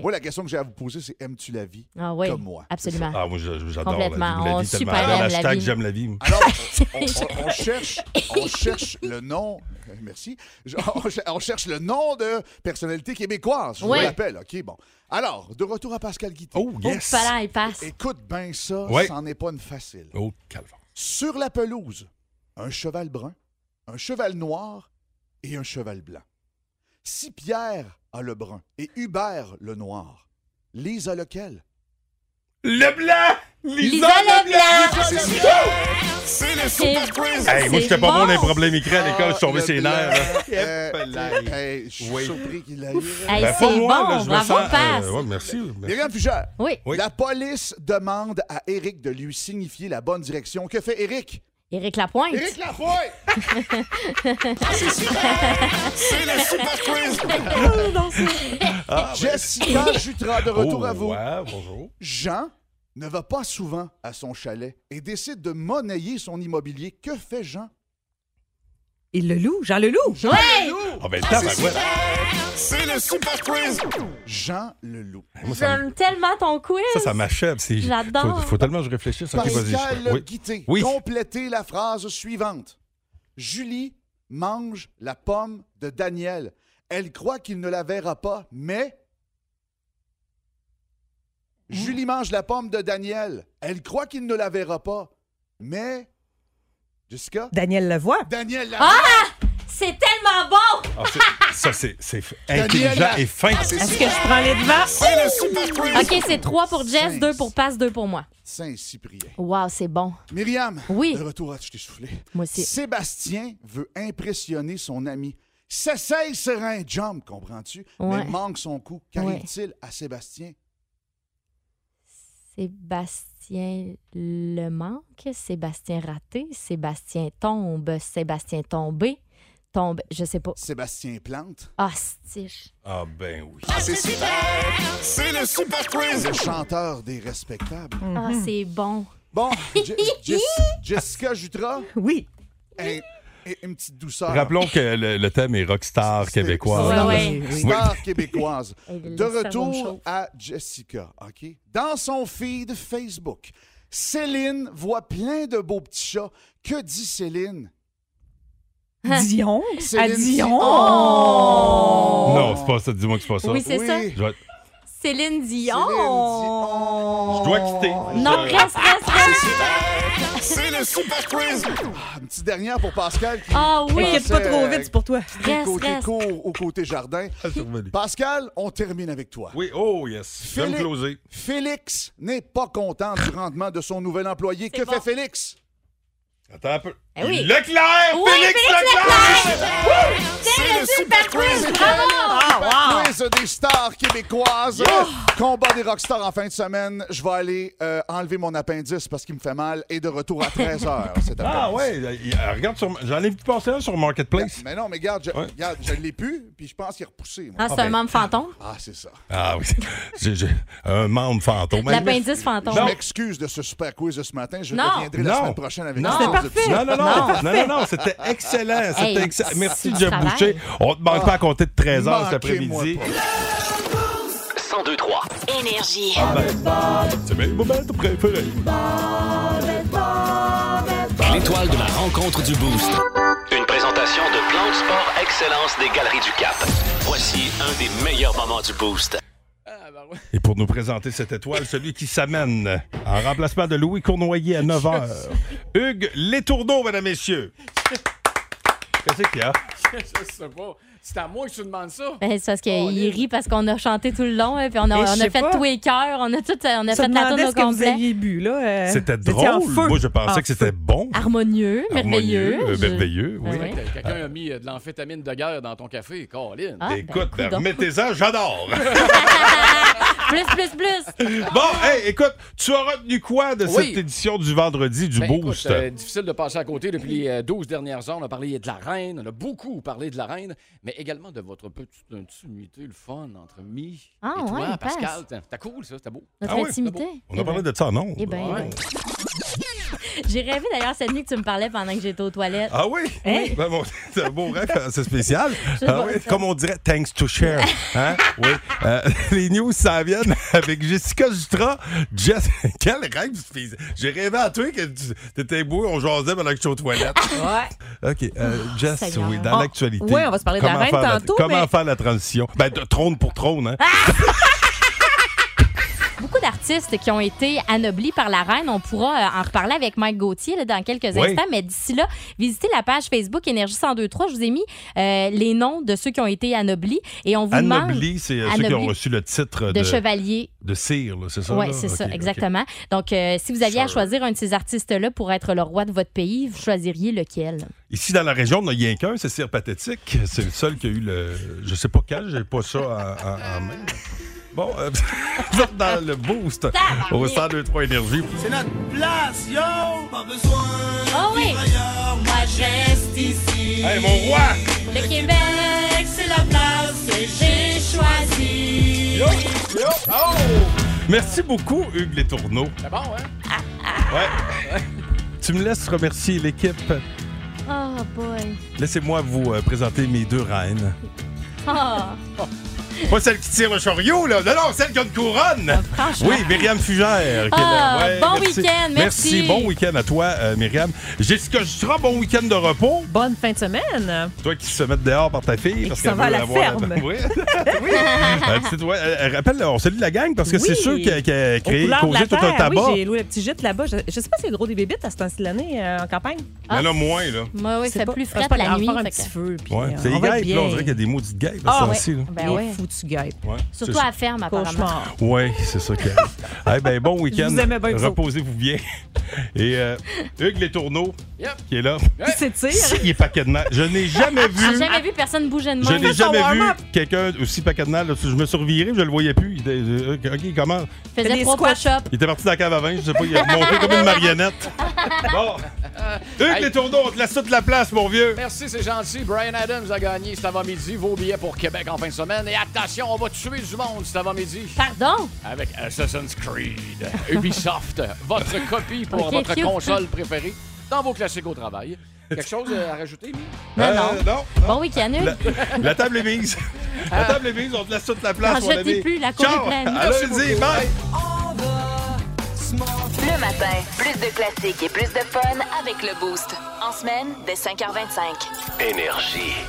Speaker 13: Moi, la question que j'ai à vous poser, c'est aimes-tu la vie
Speaker 5: Ah oui.
Speaker 13: comme moi?
Speaker 5: Absolument.
Speaker 3: Ah, moi, je- j'adore la vie.
Speaker 5: Complètement.
Speaker 3: La
Speaker 5: On
Speaker 3: vie tellement.
Speaker 5: super
Speaker 3: Alors,
Speaker 5: aime la
Speaker 3: hashtag,
Speaker 5: vie.
Speaker 3: j'aime la vie.
Speaker 13: Alors, on, on- on cherche, on cherche le nom. euh, Merci. Je- On, cher- on cherche le nom de personnalité québécoise. Je
Speaker 5: Ouais.
Speaker 13: vous rappelle. OK, bon. Alors, de retour à Pascal Guité. Oh,
Speaker 5: yes. Oh, palais, il passe.
Speaker 13: Écoute bien ça,
Speaker 3: Ouais.
Speaker 13: c'en est pas une facile.
Speaker 3: Oh, calvaire.
Speaker 13: Sur la pelouse, un cheval brun, un cheval noir et un cheval blanc. Si Pierre a le brun et Hubert le noir, Lise a lequel?
Speaker 3: Le blanc!
Speaker 13: Lisa
Speaker 3: le blanc!
Speaker 13: C'est
Speaker 3: C'est
Speaker 13: ça! C'est le
Speaker 3: Super
Speaker 13: Quiz!
Speaker 3: Hey, moi, j'étais pas bon dans les problèmes écrits à l'école, je suis tombé
Speaker 13: le
Speaker 3: ses
Speaker 13: blanc.
Speaker 3: nerfs. là.
Speaker 13: Euh, hey, je suis surpris qu'il ait eu.
Speaker 5: Hey,
Speaker 3: Ben,
Speaker 5: c'est
Speaker 3: pas moi,
Speaker 5: bon.
Speaker 3: là, je me
Speaker 5: Bravo,
Speaker 3: sens, euh,
Speaker 5: passe.
Speaker 3: ouais, merci. merci.
Speaker 13: Myriam Fugère.
Speaker 5: Oui.
Speaker 13: La police demande à Eric de lui signifier la bonne direction. Que fait Eric?
Speaker 5: Éric Lapointe.
Speaker 13: Éric Lapointe! Ah,
Speaker 5: c'est
Speaker 13: C'est le Super Quiz!
Speaker 3: Ah, ben-
Speaker 13: Jessica Jutras, de retour
Speaker 3: Oh,
Speaker 13: à vous.
Speaker 3: ouais, bonjour.
Speaker 13: Jean ne va pas souvent à son chalet et décide de monnayer son immobilier. Que fait Jean?
Speaker 6: Il le loue, Jean le loue. Ouais!
Speaker 3: Ah, ben,
Speaker 13: Ah, c'est
Speaker 3: tabarouette.
Speaker 13: C'est le Super Quiz! Jean le loup.
Speaker 3: Ah, Moi, ça me-
Speaker 5: J'aime tellement ton quiz.
Speaker 3: Ça, ça m'achève. c'est-
Speaker 5: J'adore.
Speaker 3: Faut, faut tellement que je réfléchisse. Ok, vas-y.
Speaker 13: Pascal
Speaker 3: je-
Speaker 13: Le
Speaker 3: oui.
Speaker 13: Guité,
Speaker 3: Oui.
Speaker 13: complétez la phrase suivante. Julie mange la pomme de Daniel. Elle croit qu'il ne la verra pas, mais... Julie mange la pomme de Daniel. Elle croit qu'il ne la verra pas, mais... Jessica?
Speaker 6: Daniel Levoix.
Speaker 13: Daniel Lavoie.
Speaker 5: Ah! C'est tellement bon!
Speaker 3: Ah, c'est- ça, c'est c'est f- intelligent
Speaker 13: Daniela.
Speaker 3: et fin. Ah,
Speaker 6: Est-ce que je prends les devants?
Speaker 13: C'est le Ah, Super Quiz.
Speaker 5: OK, c'est 3 pour Jess, 2 pour Passe, 2 pour moi.
Speaker 13: Saint-Cyprien.
Speaker 5: Wow, c'est bon.
Speaker 13: Myriam,
Speaker 5: Oui.
Speaker 13: de retour à... Je t'ai soufflé.
Speaker 5: Moi aussi.
Speaker 13: Sébastien veut impressionner son ami. s'essaye sur un jump, comprends-tu?
Speaker 5: Ouais.
Speaker 13: Mais manque son coup. Qu'arrive-t-il à Sébastien?
Speaker 5: Sébastien Le Manque, Sébastien Raté, Sébastien Tombe, Sébastien Tombé, Tombe, je sais pas.
Speaker 13: Sébastien Plante.
Speaker 5: Ah, stiche.
Speaker 3: Ah ben oui.
Speaker 13: Ah, c'est super!
Speaker 3: C'est le super
Speaker 13: Le chanteur des respectables.
Speaker 5: Ah, c'est bon.
Speaker 13: Bon, Je- Jess- Jessica Jutra?
Speaker 6: Oui.
Speaker 13: une petite douceur.
Speaker 3: Rappelons que le, le thème est rockstar québécoise.
Speaker 13: Star,
Speaker 3: Oui.
Speaker 13: star québécoise.
Speaker 3: Elle
Speaker 13: De
Speaker 3: laisse faire bonne
Speaker 13: retour
Speaker 3: chose.
Speaker 13: à Jessica, OK? Dans son feed Facebook, Céline voit plein de beaux petits chats. Que dit Céline?
Speaker 6: Dion? À
Speaker 13: Céline
Speaker 6: Dion? Oh!
Speaker 3: Non, c'est pas ça. Dis-moi que c'est pas ça.
Speaker 5: Oui, c'est ça.
Speaker 3: Je vais-
Speaker 5: Céline Dion.
Speaker 3: Je dois quitter.
Speaker 5: Non,
Speaker 13: Je-
Speaker 5: reste, reste, reste.
Speaker 13: C'est le super quiz! Ah, une petite dernière pour Pascal. qui
Speaker 5: Ah oui.
Speaker 13: pensait,
Speaker 5: Inquiète pas trop vite,
Speaker 13: euh,
Speaker 5: c'est pour toi.
Speaker 13: du
Speaker 5: Reste,
Speaker 13: côté
Speaker 5: reste.
Speaker 13: court au côté jardin. Pascal, on termine avec toi.
Speaker 3: Ah, Oui, oh yes. Je vais me
Speaker 13: Félix-
Speaker 3: closer.
Speaker 13: Félix n'est pas content du rendement de son nouvel employé. Que fait Félix?
Speaker 3: Attends un peu.
Speaker 13: Eh oui.
Speaker 3: Leclerc!
Speaker 13: Oui,
Speaker 3: Félix,
Speaker 13: Félix
Speaker 3: Leclerc!
Speaker 5: C'est le super quiz! Bravo!
Speaker 3: Ah,
Speaker 13: Le quiz des stars québécoises. Combat des rockstars en fin de semaine. Je vais aller euh, enlever mon appendice parce qu'il me fait mal. Et de retour à 13h cet
Speaker 3: Ah
Speaker 13: après-midi.
Speaker 3: ouais, euh, il- euh, regarde sur. J'en ai vu passer un sur Marketplace.
Speaker 13: Mais non, mais regarde, je,
Speaker 3: Ouais.
Speaker 13: regarde, je l'ai pu, puis je pense qu'il est repoussé. moi.
Speaker 5: Ah,
Speaker 3: ben,
Speaker 5: c'est un membre fantôme?
Speaker 13: Ah, c'est ça.
Speaker 3: Ah oui. J'ai- j'ai un membre fantôme.
Speaker 5: L'appendice fantôme.
Speaker 13: Je
Speaker 3: Ben,
Speaker 13: m'excuse de ce super quiz de ce matin. Je
Speaker 5: Non.
Speaker 13: reviendrai la
Speaker 3: Non.
Speaker 13: semaine prochaine avec
Speaker 3: Non.
Speaker 13: des
Speaker 3: C'était
Speaker 13: épisodes.
Speaker 3: Non, non, non, non, non, non, c'était excellent. c'était
Speaker 13: Hey,
Speaker 3: excell- Merci,
Speaker 13: c'est
Speaker 3: Jeff
Speaker 13: du
Speaker 3: Boucher.
Speaker 13: travail.
Speaker 3: On te manque
Speaker 13: Ah.
Speaker 3: pas à compter de 13 h cet
Speaker 13: Manquez-moi
Speaker 3: après-midi.
Speaker 2: 102-3.
Speaker 1: Énergie.
Speaker 6: Ah,
Speaker 3: C'est mes moments préférés.
Speaker 2: L'étoile de la rencontre du Boost. Une présentation de Plan de Sport Excellence des Galeries du Cap. Voici un des meilleurs moments du Boost.
Speaker 3: Et pour nous présenter cette étoile, celui qui s'amène en remplacement de Louis Cournoyer à 9 h, Hugues Létourneau, mesdames, messieurs. Qu'est-ce qu'il y a?
Speaker 14: je sais pas. C'est à moi que tu demandes ça.
Speaker 5: Ben, c'est parce qu'il rit parce qu'on a chanté tout le long, hein, puis on a,
Speaker 14: Et
Speaker 5: on
Speaker 14: je
Speaker 5: a
Speaker 14: sais
Speaker 5: fait
Speaker 14: pas.
Speaker 5: tous les cœurs, on a tout, euh, on a
Speaker 6: Ça
Speaker 5: fait la
Speaker 6: demandait
Speaker 5: tournée au
Speaker 6: ce que vous
Speaker 5: complet.
Speaker 6: aviez bu, là. euh,
Speaker 3: C'était
Speaker 6: vous étiez en
Speaker 3: drôle.
Speaker 6: feu.
Speaker 3: Moi, je pensais
Speaker 6: En
Speaker 3: que c'était bon.
Speaker 5: Harmonieux, merveilleux.
Speaker 3: Harmonieux, euh,
Speaker 5: Je-
Speaker 3: merveilleux, oui.
Speaker 5: Ben
Speaker 14: Quel- Quelqu'un a mis euh, de l'amphétamine de guerre dans ton café, Colin.
Speaker 5: Ah, ben,
Speaker 3: Écoute, ben,
Speaker 5: coudonc.
Speaker 3: remettez-en, j'adore.
Speaker 5: Plus, plus, plus.
Speaker 3: bon, hey, écoute, tu as retenu quoi de
Speaker 14: Oui.
Speaker 3: cette édition du vendredi du
Speaker 14: Ben, écoute,
Speaker 3: Boost?
Speaker 14: euh, difficile de passer à côté depuis les euh, 12 dernières heures. On a parlé de la reine, on a beaucoup parlé de la reine, mais également de votre petite intimité, le fun entre mi
Speaker 5: Ah,
Speaker 14: et toi,
Speaker 5: ouais, il
Speaker 14: Pascal.
Speaker 5: passe.
Speaker 14: T'as- T'as cool, ça, c'était beau.
Speaker 3: Ah
Speaker 5: Notre intimité.
Speaker 3: On a parlé de ça, non?
Speaker 5: Eh ben, ouais. J'ai rêvé d'ailleurs cette nuit que tu me parlais pendant que j'étais aux toilettes.
Speaker 3: Ah oui?
Speaker 5: Oui.
Speaker 3: Ben, bon, c'est un beau rêve, hein, c'est spécial.
Speaker 5: Je
Speaker 3: Ah
Speaker 5: vois
Speaker 3: oui,
Speaker 5: ça.
Speaker 3: Comme on dirait, thanks to share. Hein? oui. Euh, les news s'en viennent avec Jessica Jutra. Jess, quel rêve fils. J'ai rêvé à toi que tu étais beau, on jasait pendant que j'étais aux toilettes.
Speaker 6: Ouais.
Speaker 3: OK. euh, Jess,
Speaker 6: Seigneur.
Speaker 3: oui, dans
Speaker 6: On-
Speaker 3: l'actualité.
Speaker 6: ouais, on va se parler de la
Speaker 3: comment
Speaker 6: reine
Speaker 3: faire
Speaker 6: tantôt,
Speaker 3: Comment
Speaker 6: mais-
Speaker 3: faire la transition? Ben, de trône pour trône, hein?
Speaker 5: Beaucoup d'artistes qui ont été anoblis par la reine. On pourra euh, en reparler avec Mike Gauthier là, dans quelques
Speaker 3: Oui.
Speaker 5: instants. Mais d'ici là, visitez la page Facebook Énergie 1023. Je vous ai mis euh, les noms de ceux qui ont été anoblis. Et on vous demande.
Speaker 3: Anobli, c'est euh, ceux qui ont
Speaker 5: Anobli.
Speaker 3: reçu le titre de,
Speaker 5: de chevalier.
Speaker 3: De cire, là, c'est ça?
Speaker 5: Oui,
Speaker 3: là?
Speaker 5: c'est
Speaker 3: OK,
Speaker 5: ça,
Speaker 3: OK.
Speaker 5: exactement. Donc, euh, si vous aviez à choisir un de ces artistes-là pour être le roi de votre pays, vous choisiriez lequel?
Speaker 3: Ici, dans la région, on a rien qu'un, c'est Cire Pathétique. C'est le seul qui a eu le. Je sais pas quand, j'ai pas ça en, en- en main. Bon, euh, vous êtes dans le boost au 102-3 Énergie.
Speaker 15: C'est notre place, yo! Pas besoin
Speaker 5: Oh oui!
Speaker 15: moi je reste ici.
Speaker 3: Hey, mon roi!
Speaker 5: Le Québec,
Speaker 15: c'est la place que j'ai choisie.
Speaker 3: Yo! Yo! Oh! Merci beaucoup, Hugues Les Tourneaux.
Speaker 14: C'est bon, hein?
Speaker 3: Ouais. Tu me laisses remercier l'équipe.
Speaker 5: Oh boy!
Speaker 3: Laissez-moi vous euh, présenter mes deux reines.
Speaker 15: Ah.
Speaker 5: Oh.
Speaker 3: Pas celle qui tire le chariot, là. Non, non, celle qui a une couronne.
Speaker 6: Ah,
Speaker 5: franchement.
Speaker 3: Oui, Myriam Fugère. qui est là.
Speaker 5: Ah, bon week-end, merci.
Speaker 3: Bon week-end à toi, euh, Myriam. Jessica Justra, bon week-end de repos.
Speaker 6: Bonne fin de semaine.
Speaker 3: Toi qui se mets dehors par ta fille. parce
Speaker 6: qui s'en
Speaker 3: qu'elle
Speaker 6: va à
Speaker 3: veut
Speaker 6: la
Speaker 3: avoir
Speaker 6: ferme.
Speaker 3: Oui. Euh, tu sais, toi, euh, rappelle, on salue la gang parce que c'est
Speaker 6: Oui.
Speaker 3: sûr qu'elle qu'elle a
Speaker 6: Aux
Speaker 3: créé,
Speaker 6: couleurs de la
Speaker 3: causé tout un
Speaker 6: terre.
Speaker 3: tabac.
Speaker 6: Oui, j'ai loué le petit gîte là-bas. Je, je sais pas si c'est gros des bébites à ce temps-ci de l'année euh, en campagne.
Speaker 3: Mais là, moins, là.
Speaker 5: Moi, oui,
Speaker 6: C'est
Speaker 5: c'est
Speaker 6: pas-
Speaker 5: plus
Speaker 6: c'est
Speaker 5: frais
Speaker 6: pas
Speaker 5: la
Speaker 6: grave,
Speaker 5: nuit.
Speaker 6: faire un
Speaker 5: fait
Speaker 6: petit
Speaker 5: que-
Speaker 6: feu,
Speaker 3: Ouais,
Speaker 6: euh,
Speaker 3: c'est
Speaker 6: on
Speaker 3: les
Speaker 6: va
Speaker 3: guêpes,
Speaker 6: être
Speaker 3: là. On
Speaker 6: bien.
Speaker 3: dirait qu'il y a des maudites guêpes à
Speaker 6: Ah,
Speaker 3: ce
Speaker 6: ouais.
Speaker 3: temps-ci, là.
Speaker 6: Ben ouais.
Speaker 5: foutu
Speaker 6: tu guêpes.
Speaker 3: Ouais, c'est
Speaker 5: Surtout
Speaker 3: ça.
Speaker 5: à la ferme, apparemment.
Speaker 6: Cauchemar.
Speaker 3: Oui, c'est ça que. Eh ben, bon week-end.
Speaker 6: Vous aimez bien le faux.
Speaker 3: Reposez-vous bien. Et euh, Hugues Les Tourneaux, qui est là.
Speaker 5: Il s'étire.
Speaker 3: Si, il est paquet de nerfs. Je n'ai jamais vu.
Speaker 5: Ah, J'ai jamais vu personne bouger de
Speaker 3: Je
Speaker 5: main.
Speaker 3: n'ai jamais vu quelqu'un aussi paquet de nerfs. là. Je me survivrais, je le voyais plus. Il était- euh, OK, comment?
Speaker 5: Il faisait trois push-ups.
Speaker 3: Il était parti de la cave à vin, je sais pas, il a monté comme une marionnette. Bon. Hugues Les Tourneaux, on te laisse toute la place, mon
Speaker 5: Euh,
Speaker 3: vieux.
Speaker 14: Merci, c'est gentil. Brian Adams a gagné cet avant-midi vos billets pour Québec en fin de semaine. Et attention, on va tuer du monde cet avant-midi.
Speaker 5: Pardon?
Speaker 14: Avec Assassin's Creed, Ubisoft, votre copie pour
Speaker 5: Ok,
Speaker 14: votre
Speaker 5: cute.
Speaker 14: console préférée dans vos classiques au travail. Quelque chose à rajouter, Mi?
Speaker 5: Non,
Speaker 3: Euh,
Speaker 5: non. Bon week-end,
Speaker 3: La,
Speaker 5: Hugues.
Speaker 3: la table est mise. La table est mise, on te laisse toute la place,
Speaker 5: Non,
Speaker 3: mon
Speaker 5: Ah, je
Speaker 3: ami.
Speaker 5: dis plus, la cour
Speaker 3: Ciao.
Speaker 5: est pleine.
Speaker 3: À
Speaker 5: Merci
Speaker 3: lundi,
Speaker 5: beaucoup.
Speaker 3: bye.
Speaker 1: Le matin, plus de classiques et plus de fun avec le Boost. En semaine, dès 5h25.
Speaker 2: Énergie.